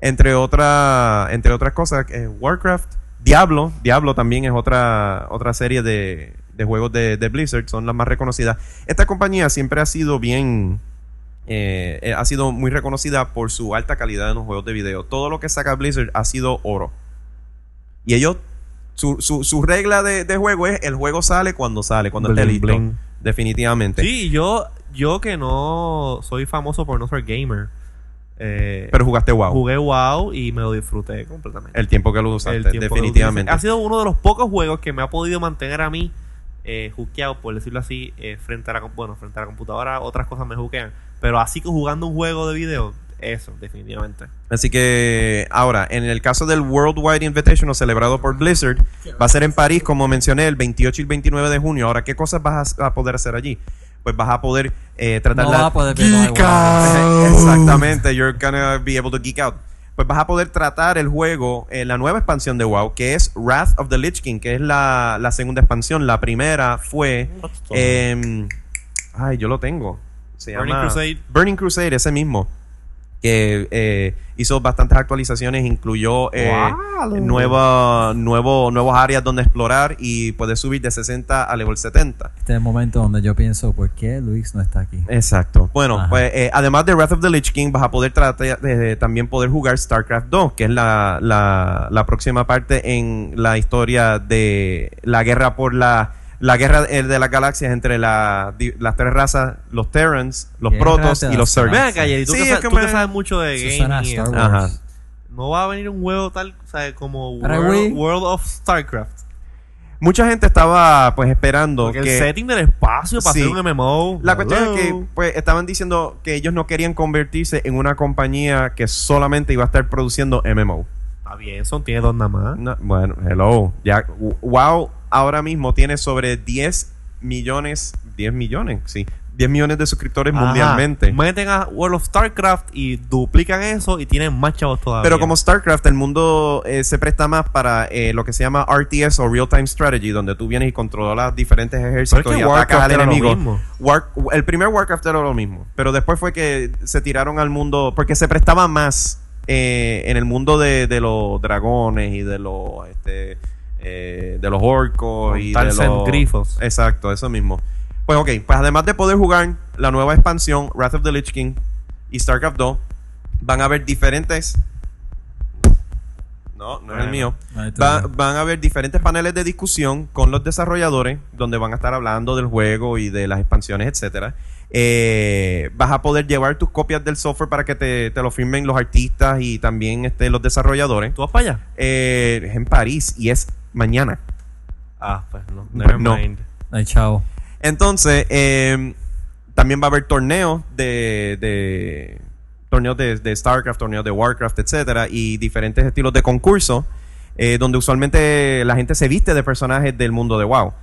Speaker 2: Entre, otra, entre otras cosas, eh, Warcraft, Diablo, Diablo también es otra, otra serie de, de juegos de, de Blizzard, son las más reconocidas. Esta compañía siempre ha sido bien, eh, eh, ha sido muy reconocida por su alta calidad en los juegos de video. Todo lo que saca Blizzard ha sido oro. Y ellos, su, su, su regla de, de juego es el juego sale cuando sale, cuando esté
Speaker 4: Bling,
Speaker 2: listo.
Speaker 4: bling.
Speaker 2: Definitivamente.
Speaker 1: Sí, yo, yo que no soy famoso por no ser gamer. eh,
Speaker 2: Pero jugaste WoW.
Speaker 1: jugué WoW y me lo disfruté completamente.
Speaker 2: el tiempo que lo usaste,
Speaker 1: El tiempo que lo
Speaker 2: definitivamente.
Speaker 1: utilicé. ha sido uno de los pocos juegos que me ha podido mantener a mí eh, juqueado, por decirlo así, eh, frente a la com- bueno, frente a la computadora, otras cosas me juquean. Pero así que jugando un juego de video, eso, definitivamente.
Speaker 2: Así que ahora, en el caso del Worldwide Invitational celebrado por Blizzard, va a ser en París, como mencioné, el 28 y el 29 de junio. Ahora, ¿qué cosas vas a, a poder hacer allí? Pues vas a poder eh, tratar
Speaker 3: No
Speaker 2: la-
Speaker 3: vas a poder ver, no hay
Speaker 4: Geek
Speaker 3: guardia.
Speaker 4: out.
Speaker 2: Exactamente, you're gonna be able to geek out. Pues vas a poder tratar el juego, eh, la nueva expansión de WoW, que es Wrath of the Lich King, que es la, la segunda expansión. La primera fue... em, ay, yo lo tengo. Se
Speaker 1: Burning
Speaker 2: llama
Speaker 1: Crusade.
Speaker 2: Burning Crusade, ese mismo. Que eh, hizo bastantes actualizaciones, incluyó eh, nueva- nuevo, nuevos áreas donde explorar y puedes subir de 60 a level 70.
Speaker 3: Este es el momento donde yo pienso, ¿por qué Luis no está
Speaker 1: Este
Speaker 3: aquí?
Speaker 2: Exacto. Bueno,
Speaker 3: Ajá.
Speaker 2: pues eh, además de Wrath of the Lich King, vas a poder tratar de, de- también poder jugar StarCraft 2, que es la, la, la próxima parte en la historia de la guerra por la la guerra eh, de las galaxias entre la- di- las tres razas, los Terrans, los
Speaker 3: Guerra
Speaker 2: Protoss
Speaker 3: de
Speaker 2: y los
Speaker 3: las
Speaker 1: Ven
Speaker 2: Zerg.
Speaker 1: acá, Jerry, tú,
Speaker 2: ah,
Speaker 1: que,
Speaker 2: Sí, es
Speaker 1: sa-
Speaker 2: que
Speaker 1: tú que
Speaker 2: me-
Speaker 1: sabes mucho de
Speaker 3: Susana
Speaker 1: gaming. y
Speaker 3: Star
Speaker 1: eso.
Speaker 3: Wars.
Speaker 2: Ajá.
Speaker 1: No va a venir un juego tal, o sea, como
Speaker 3: Para Wii.
Speaker 1: World, World of StarCraft.
Speaker 2: Mucha gente estaba pues esperando
Speaker 1: Porque
Speaker 2: que
Speaker 1: el setting del espacio para
Speaker 2: Sí.
Speaker 1: hacer un MMO.
Speaker 2: La cuestión es que
Speaker 1: hello.
Speaker 2: pues, estaban diciendo que ellos no querían convertirse en una compañía que solamente iba a estar produciendo MMO.
Speaker 1: Está bien, son tiene dos nada más.
Speaker 2: No, bueno, hello. Ya, w- wow, ahora mismo tiene sobre 10 millones, 10 millones, sí, 10 millones de suscriptores
Speaker 1: Ajá.
Speaker 2: mundialmente.
Speaker 1: Meten a World of StarCraft y duplican eso y tienen más chavos todavía.
Speaker 2: Pero como StarCraft, el mundo eh, se presta más para eh, lo que se llama RTS o Real Time Strategy, donde tú vienes y controlas diferentes ejércitos
Speaker 1: Pero es que
Speaker 2: y atacas
Speaker 1: Warcraft
Speaker 2: al
Speaker 1: era lo
Speaker 2: enemigo.
Speaker 1: mismo.
Speaker 2: War- el primer Warcraft era lo mismo, pero después fue que se tiraron al mundo, porque se prestaba más eh, en el mundo de, de los dragones y de los... Este, eh, de los orcos
Speaker 1: Con
Speaker 2: y de
Speaker 1: tal ser
Speaker 2: los
Speaker 1: grifos.
Speaker 2: Exacto, eso mismo. Pues ok, pues además de poder jugar la nueva expansión Wrath of the Lich King y StarCraft 2, van a haber diferentes... No, no es el
Speaker 1: Bueno.
Speaker 2: mío.
Speaker 3: Ahí está.
Speaker 2: Va- van a haber diferentes paneles de discusión con los desarrolladores, donde van a estar hablando del juego y de las expansiones, etcétera. Eh, vas a poder llevar tus copias del software para que te, te lo firmen los artistas y también este, los desarrolladores.
Speaker 1: ¿Tú vas para allá?
Speaker 2: Eh, es en París y es mañana.
Speaker 1: Ah, pues no.
Speaker 2: Pues
Speaker 1: Never
Speaker 2: no.
Speaker 1: mind.
Speaker 3: Ay, chao.
Speaker 2: Entonces, eh, también va a haber torneos de. de- torneos de, de StarCraft, torneos de Warcraft, etcétera, y diferentes estilos de concurso, eh, donde usualmente la gente se viste de personajes del mundo de WoW.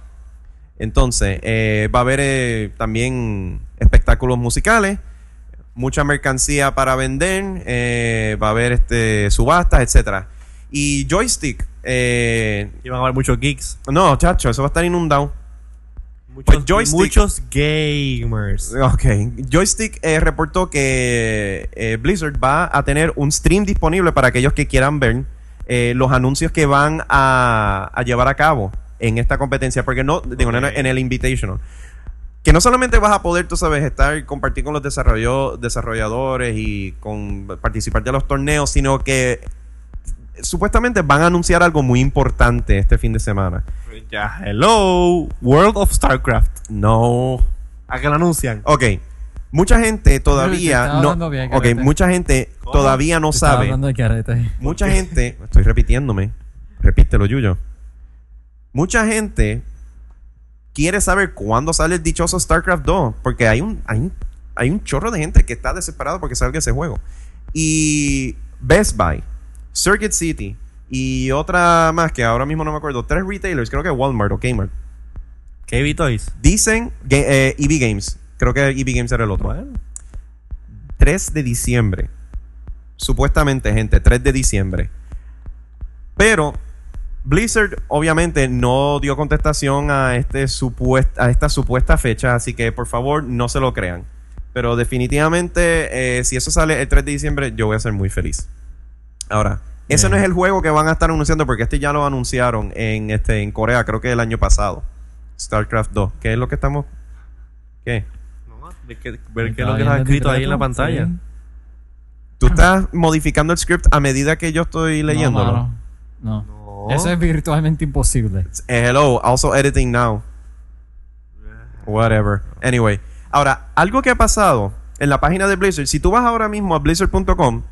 Speaker 2: Entonces, eh, va a haber eh, también espectáculos musicales, mucha mercancía para vender, eh, va a haber este subastas, etcétera. Y joystick, eh,
Speaker 1: Y van a haber muchos geeks.
Speaker 2: no, chacho, eso va a estar inundado.
Speaker 1: Muchos,
Speaker 2: joystick.
Speaker 1: muchos gamers.
Speaker 2: Ok. Joystick eh, reportó que eh, Blizzard va a tener un stream disponible para aquellos que quieran ver eh, los anuncios que van a, a llevar a cabo en esta competencia. Porque no, digo,
Speaker 1: Ok.
Speaker 2: en, el- en el Invitational. Que no solamente vas a poder, tú sabes, estar, compartir con los desarrollo- desarrolladores y con participar de los torneos, sino que supuestamente van a anunciar algo muy importante este fin de semana.
Speaker 1: Ya, hello. World of StarCraft.
Speaker 2: No.
Speaker 1: ¿A qué lo anuncian?
Speaker 2: Ok. Mucha gente
Speaker 3: Estaba
Speaker 2: todavía no.
Speaker 3: hablando bien,
Speaker 2: ok,
Speaker 3: Carete.
Speaker 2: mucha gente
Speaker 1: ¿Cómo?
Speaker 2: todavía no
Speaker 3: Estaba
Speaker 2: sabe.
Speaker 3: hablando de carete.
Speaker 2: Mucha gente. Estoy repitiéndome. Repítelo, Yuyo. Mucha gente quiere saber cuándo sale el dichoso StarCraft 2. Porque hay un, hay, un- hay un chorro de gente que está desesperado porque salga ese juego. Y Best Buy, Circuit City y otra más que ahora mismo no me acuerdo. Tres retailers, creo que Walmart o Kmart.
Speaker 1: KB Toys.
Speaker 2: Dicen que, eh, EB Games. Creo que EB Games era el otro. 3 de diciembre. Supuestamente, gente, 3 de diciembre. Pero Blizzard obviamente no dio contestación a, este supuest- a esta supuesta fecha, así que por favor no se lo crean. Pero definitivamente, eh, si eso sale el 3 de diciembre, yo voy a ser muy feliz. Ahora, ese
Speaker 3: Bien.
Speaker 2: no es el juego que van a estar anunciando, porque este ya lo anunciaron en, este, en Corea, creo que el año pasado. StarCraft 2. ¿Qué es lo que estamos...? ¿Qué?
Speaker 1: No, de que- ver qué es lo que está escrito ahí en la pantalla.
Speaker 2: ¿Tú estás modificando el script a medida que yo estoy leyéndolo?
Speaker 3: No, no, no.
Speaker 1: No.
Speaker 3: Eso es virtualmente imposible.
Speaker 2: Eh, hello, also editing now. Whatever. Anyway, ahora, algo que ha pasado en la página de Blizzard, si tú vas ahora mismo a blizzard.com,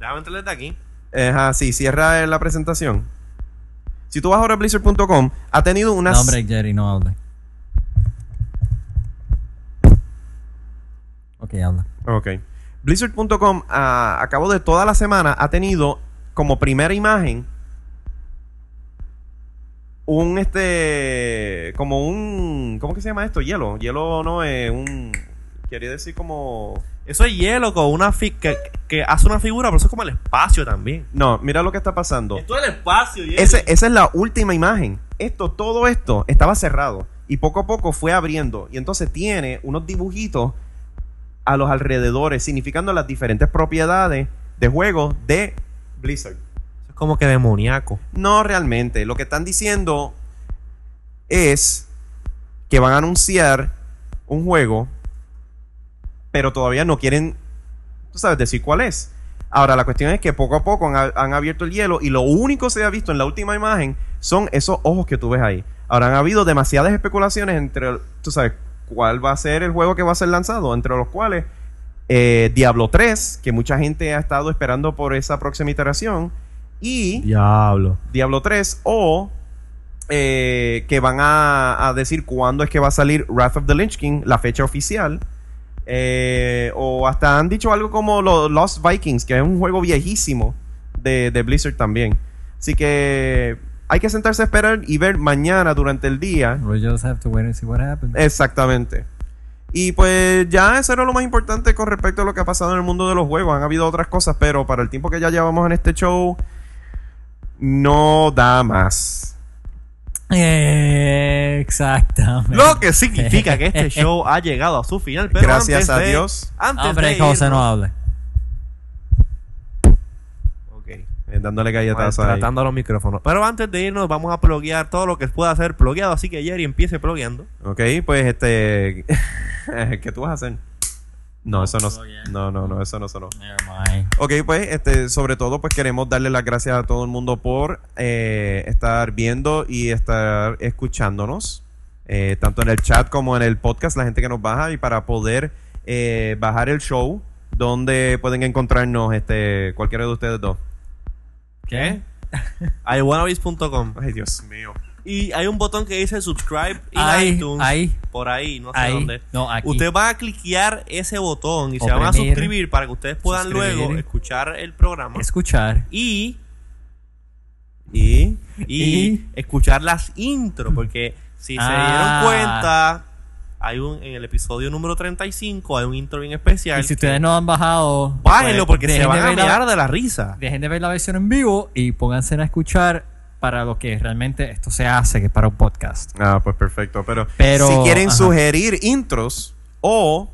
Speaker 1: Déjame entrarle de aquí.
Speaker 2: ajá, sí, cierra eh, la presentación. Si tú vas ahora a blizzard.com, ha tenido unas...
Speaker 3: No, hombre, Jerry, no hable. Ok, habla.
Speaker 2: Ok. Blizzard.com a, a cabo de toda la semana ha tenido como primera imagen un este como un ¿cómo que se llama esto? Hielo, hielo no es un quería decir como
Speaker 1: Eso es hielo con una fi- que, que hace una figura, pero eso es como el espacio también.
Speaker 2: no, mira lo que está pasando.
Speaker 1: Esto es el espacio, hielo.
Speaker 2: Ese- esa es la última imagen. Esto, todo esto estaba cerrado y poco a poco fue abriendo. Y entonces tiene unos dibujitos a los alrededores, significando las diferentes propiedades de juego de Blizzard.
Speaker 1: Eso es como que demoníaco.
Speaker 2: No realmente. Lo que están diciendo es que van a anunciar un juego, pero todavía no quieren, tú sabes, decir cuál es. Ahora, la cuestión es que poco a poco han, a- han abierto el hielo y lo único que se ha visto en la última imagen son esos ojos que tú ves ahí. Ahora, han habido demasiadas especulaciones entre, tú sabes, cuál va a ser el juego que va a ser lanzado, entre los cuales eh, Diablo 3, que mucha gente ha estado esperando por esa próxima iteración, y...
Speaker 1: Diablo.
Speaker 2: Diablo 3 o eh, que van a, a decir cuándo es que va a salir Wrath of the Lynch King, la fecha oficial. Eh, o hasta han dicho algo como lo- Lost Vikings, que es un juego viejísimo de, de Blizzard también. Así que hay que sentarse a esperar y ver mañana durante el día.
Speaker 3: We just have to wait and see what happens.
Speaker 2: Exactamente. Y pues ya eso era lo más importante con respecto a lo que ha pasado en el mundo de los juegos. Han habido otras cosas, pero para el tiempo que ya llevamos en este show, no da más.
Speaker 3: Eh, Exactamente.
Speaker 1: Lo que significa que este show ha llegado a su final. Pero
Speaker 2: Gracias
Speaker 1: antes
Speaker 2: a
Speaker 1: de-
Speaker 2: Dios.
Speaker 1: Antes
Speaker 3: Hombre,
Speaker 1: de
Speaker 3: José, no
Speaker 1: irnos-
Speaker 3: hable.
Speaker 1: Ok.
Speaker 2: Eh, dándole galletazos ahí.
Speaker 1: Pues, Tratando los micrófonos. Pero antes de irnos, vamos a bloquear todo lo que pueda ser bloqueado. Así que Jerry empiece bloqueando.
Speaker 2: Ok, pues este. ¿Qué tú vas a hacer? No, eso no. No, no, no, eso no sonó.
Speaker 3: Never mind.
Speaker 2: Ok, pues este, sobre todo pues queremos darle las gracias a todo el mundo por eh, estar viendo y estar escuchándonos, eh, tanto en el chat como en el podcast, la gente que nos baja y para poder eh, bajar el show donde pueden encontrarnos este cualquiera de ustedes dos.
Speaker 3: ¿Qué?
Speaker 1: iwannabis.com
Speaker 2: Ay, Dios mío.
Speaker 1: Y hay un botón que dice subscribe y
Speaker 3: Ahí,
Speaker 1: iTunes.
Speaker 3: ahí,
Speaker 1: Por ahí, no sé
Speaker 3: ahí.
Speaker 1: dónde.
Speaker 3: No, aquí.
Speaker 1: Ustedes van a cliquear ese botón y
Speaker 3: O
Speaker 1: se van a
Speaker 3: premiere.
Speaker 1: suscribir para que ustedes puedan
Speaker 3: Suscribir.
Speaker 1: luego escuchar el programa
Speaker 3: Escuchar.
Speaker 1: y,
Speaker 2: Y
Speaker 1: y
Speaker 3: Y-
Speaker 1: escuchar las intros. Porque si
Speaker 3: Ah.
Speaker 1: se dieron cuenta, hay un en el episodio número 35 hay un intro bien especial.
Speaker 3: Y si ustedes no han bajado,
Speaker 1: Bájenlo
Speaker 3: pues,
Speaker 1: porque se
Speaker 3: dejen
Speaker 1: van
Speaker 3: de
Speaker 1: a
Speaker 3: ver la-
Speaker 1: mirar de la risa.
Speaker 3: Dejen de ver la versión en vivo y pónganse a escuchar para lo que realmente esto se hace, que es para un podcast.
Speaker 2: Ah, pues perfecto. Pero,
Speaker 3: Pero-
Speaker 2: si quieren
Speaker 3: ajá.
Speaker 2: sugerir intros o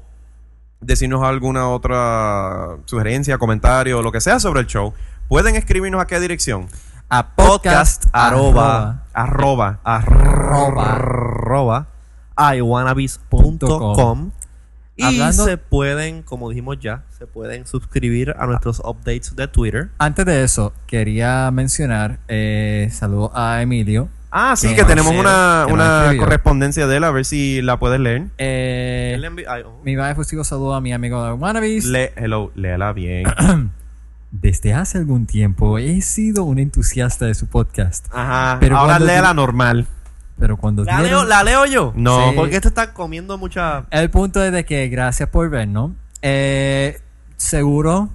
Speaker 2: decirnos alguna otra sugerencia, comentario, lo que sea sobre el show, pueden escribirnos a qué dirección.
Speaker 3: A
Speaker 1: Podcast
Speaker 3: podcast,
Speaker 1: arroba.
Speaker 2: Arroba.
Speaker 1: arroba iwannabis.com y
Speaker 3: Hablando-
Speaker 1: se pueden, como dijimos ya, se pueden suscribir a nuestros updates de Twitter.
Speaker 3: Antes de eso, quería mencionar, eh, saludo a Emilio.
Speaker 2: Ah, sí,
Speaker 3: Que
Speaker 2: que
Speaker 3: nos
Speaker 2: tenemos
Speaker 3: escribió,
Speaker 2: una,
Speaker 3: que nos
Speaker 2: una
Speaker 3: escribió.
Speaker 2: correspondencia de él, a ver si la puedes leer.
Speaker 3: Eh,
Speaker 1: Él le envi- ay, oh.
Speaker 3: mi más efusivo saludo a mi amigo de Wannabes.
Speaker 2: Le- hello, léala bien.
Speaker 3: Desde hace algún tiempo he sido un entusiasta de su podcast,
Speaker 2: Ajá.
Speaker 3: Pero
Speaker 2: ahora
Speaker 3: cuando
Speaker 2: léala
Speaker 3: tú-
Speaker 2: normal.
Speaker 3: pero cuando
Speaker 1: ¿La, leo,
Speaker 3: dieron-
Speaker 1: la leo yo.
Speaker 2: No.
Speaker 3: Sí.
Speaker 1: Porque esto está comiendo mucha.
Speaker 3: El punto es de que gracias por vernos. Eh, seguro,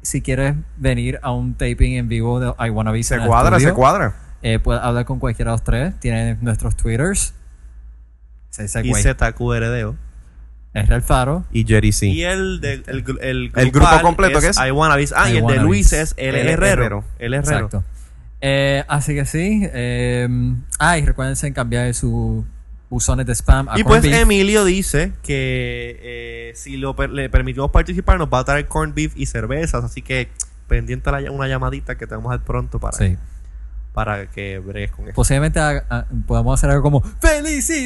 Speaker 3: si quieres venir a un taping en vivo de I Wanna Be
Speaker 2: Se cuadra, se cuadra.
Speaker 3: Eh, puedes hablar con cualquiera de los tres. Tienen nuestros twitters. Se dice
Speaker 1: Y
Speaker 3: güey.
Speaker 1: ZQRDO.
Speaker 3: Es el faro.
Speaker 2: Y Jerry sí.
Speaker 1: Y el, de, el, gru- el,
Speaker 2: El grupo
Speaker 1: grupal
Speaker 2: completo, ¿qué es?
Speaker 1: iwannabis. Ah, y el de
Speaker 3: iWannabes.
Speaker 1: Luis es L.
Speaker 2: L.
Speaker 1: Herrero.
Speaker 2: Herrero.
Speaker 1: El Herrero.
Speaker 3: Exacto. Eh, así que sí. Eh, ah, y recuérdense en cambiar su buzones de spam. a
Speaker 1: Y
Speaker 3: corned
Speaker 1: pues
Speaker 3: beef.
Speaker 1: Emilio dice que eh, si lo per- le permitimos participar nos va a traer corned beef y cervezas, así que pendiente a la ll- una llamadita que te vamos a dar pronto para,
Speaker 3: Sí.
Speaker 1: para que bregues con esto.
Speaker 3: Posiblemente haga- ah, podamos hacer algo como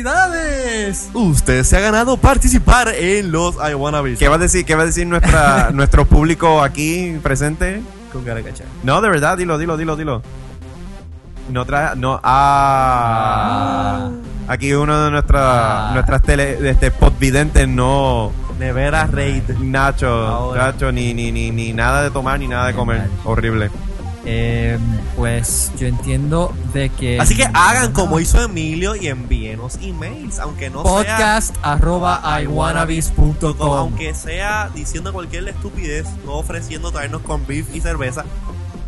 Speaker 3: ¡Felicidades!
Speaker 1: Usted se ha ganado participar en los I Wanna Be
Speaker 2: ¿Qué va a decir, qué va a decir nuestra, nuestro público aquí presente?
Speaker 1: con Garacacha.
Speaker 2: No, de verdad, dilo, dilo, dilo, dilo. No trae. No. Ah. Aquí uno de nuestras
Speaker 3: Ah.
Speaker 2: nuestras tele, de este podvidentes no.
Speaker 1: Nevera Raid.
Speaker 2: Nacho,
Speaker 1: Ahora.
Speaker 2: Nacho, ni, ni, ni, ni nada de tomar ni nada de comer.
Speaker 3: Mal.
Speaker 2: Horrible.
Speaker 3: Eh, pues yo entiendo de que...
Speaker 1: Así que hagan como hizo Emilio y envíenos emails, aunque no sea
Speaker 3: podcast arroba
Speaker 1: como-
Speaker 3: iwannabes.com
Speaker 1: aunque sea diciendo cualquier estupidez, no ofreciendo traernos con beef y cerveza.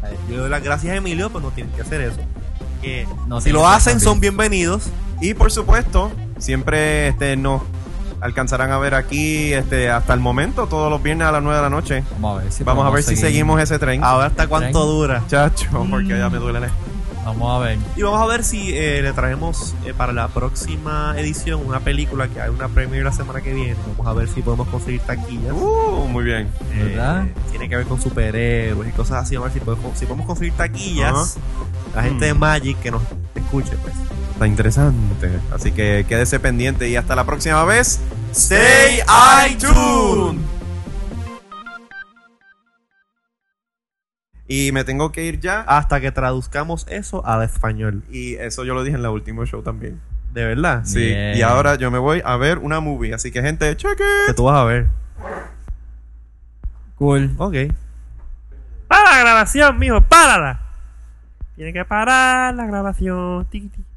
Speaker 1: Eh, Yo le doy las gracias a Emilio, pues no tienen que hacer eso. Que
Speaker 3: No
Speaker 1: si
Speaker 3: tienen
Speaker 1: lo
Speaker 3: que
Speaker 1: hacen
Speaker 3: hacer
Speaker 1: son
Speaker 3: beef.
Speaker 1: bienvenidos.
Speaker 2: Y por supuesto, siempre este, nos alcanzarán a ver aquí este, hasta el momento, todos los viernes a las 9 de la noche.
Speaker 3: Vamos a ver si,
Speaker 2: Vamos a
Speaker 3: podemos
Speaker 2: ver si
Speaker 3: seguir.
Speaker 2: seguimos ese tren.
Speaker 1: A ver hasta cuánto dura.
Speaker 2: Chacho, Ah. porque ya me duele la espalda.
Speaker 3: Vamos a ver.
Speaker 1: Y vamos a ver si eh, le traemos eh, para la próxima edición una película que hay una premiere la semana que viene. Vamos a ver si podemos conseguir taquillas.
Speaker 2: Uh, muy bien.
Speaker 1: Eh,
Speaker 3: ¿Verdad?
Speaker 1: tiene que ver con superhéroes y cosas así. A ver si podemos, si podemos conseguir taquillas. La gente de
Speaker 2: Mm.
Speaker 1: Magic que nos escuche, pues.
Speaker 2: Está interesante. Así que quédese pendiente y hasta la próxima vez.
Speaker 1: Stay iTunes.
Speaker 2: Y me tengo que ir ya.
Speaker 1: Hasta que traduzcamos eso al español.
Speaker 2: Y eso yo lo dije en la última show también.
Speaker 1: De verdad.
Speaker 2: Sí.
Speaker 3: Bien.
Speaker 2: Y ahora yo me voy a ver una movie. Así que, gente, check it.
Speaker 1: Que tú vas a ver.
Speaker 3: Cool.
Speaker 1: Ok. Para la grabación, mijo, párala. Tiene que parar la grabación. Tiki, tiki.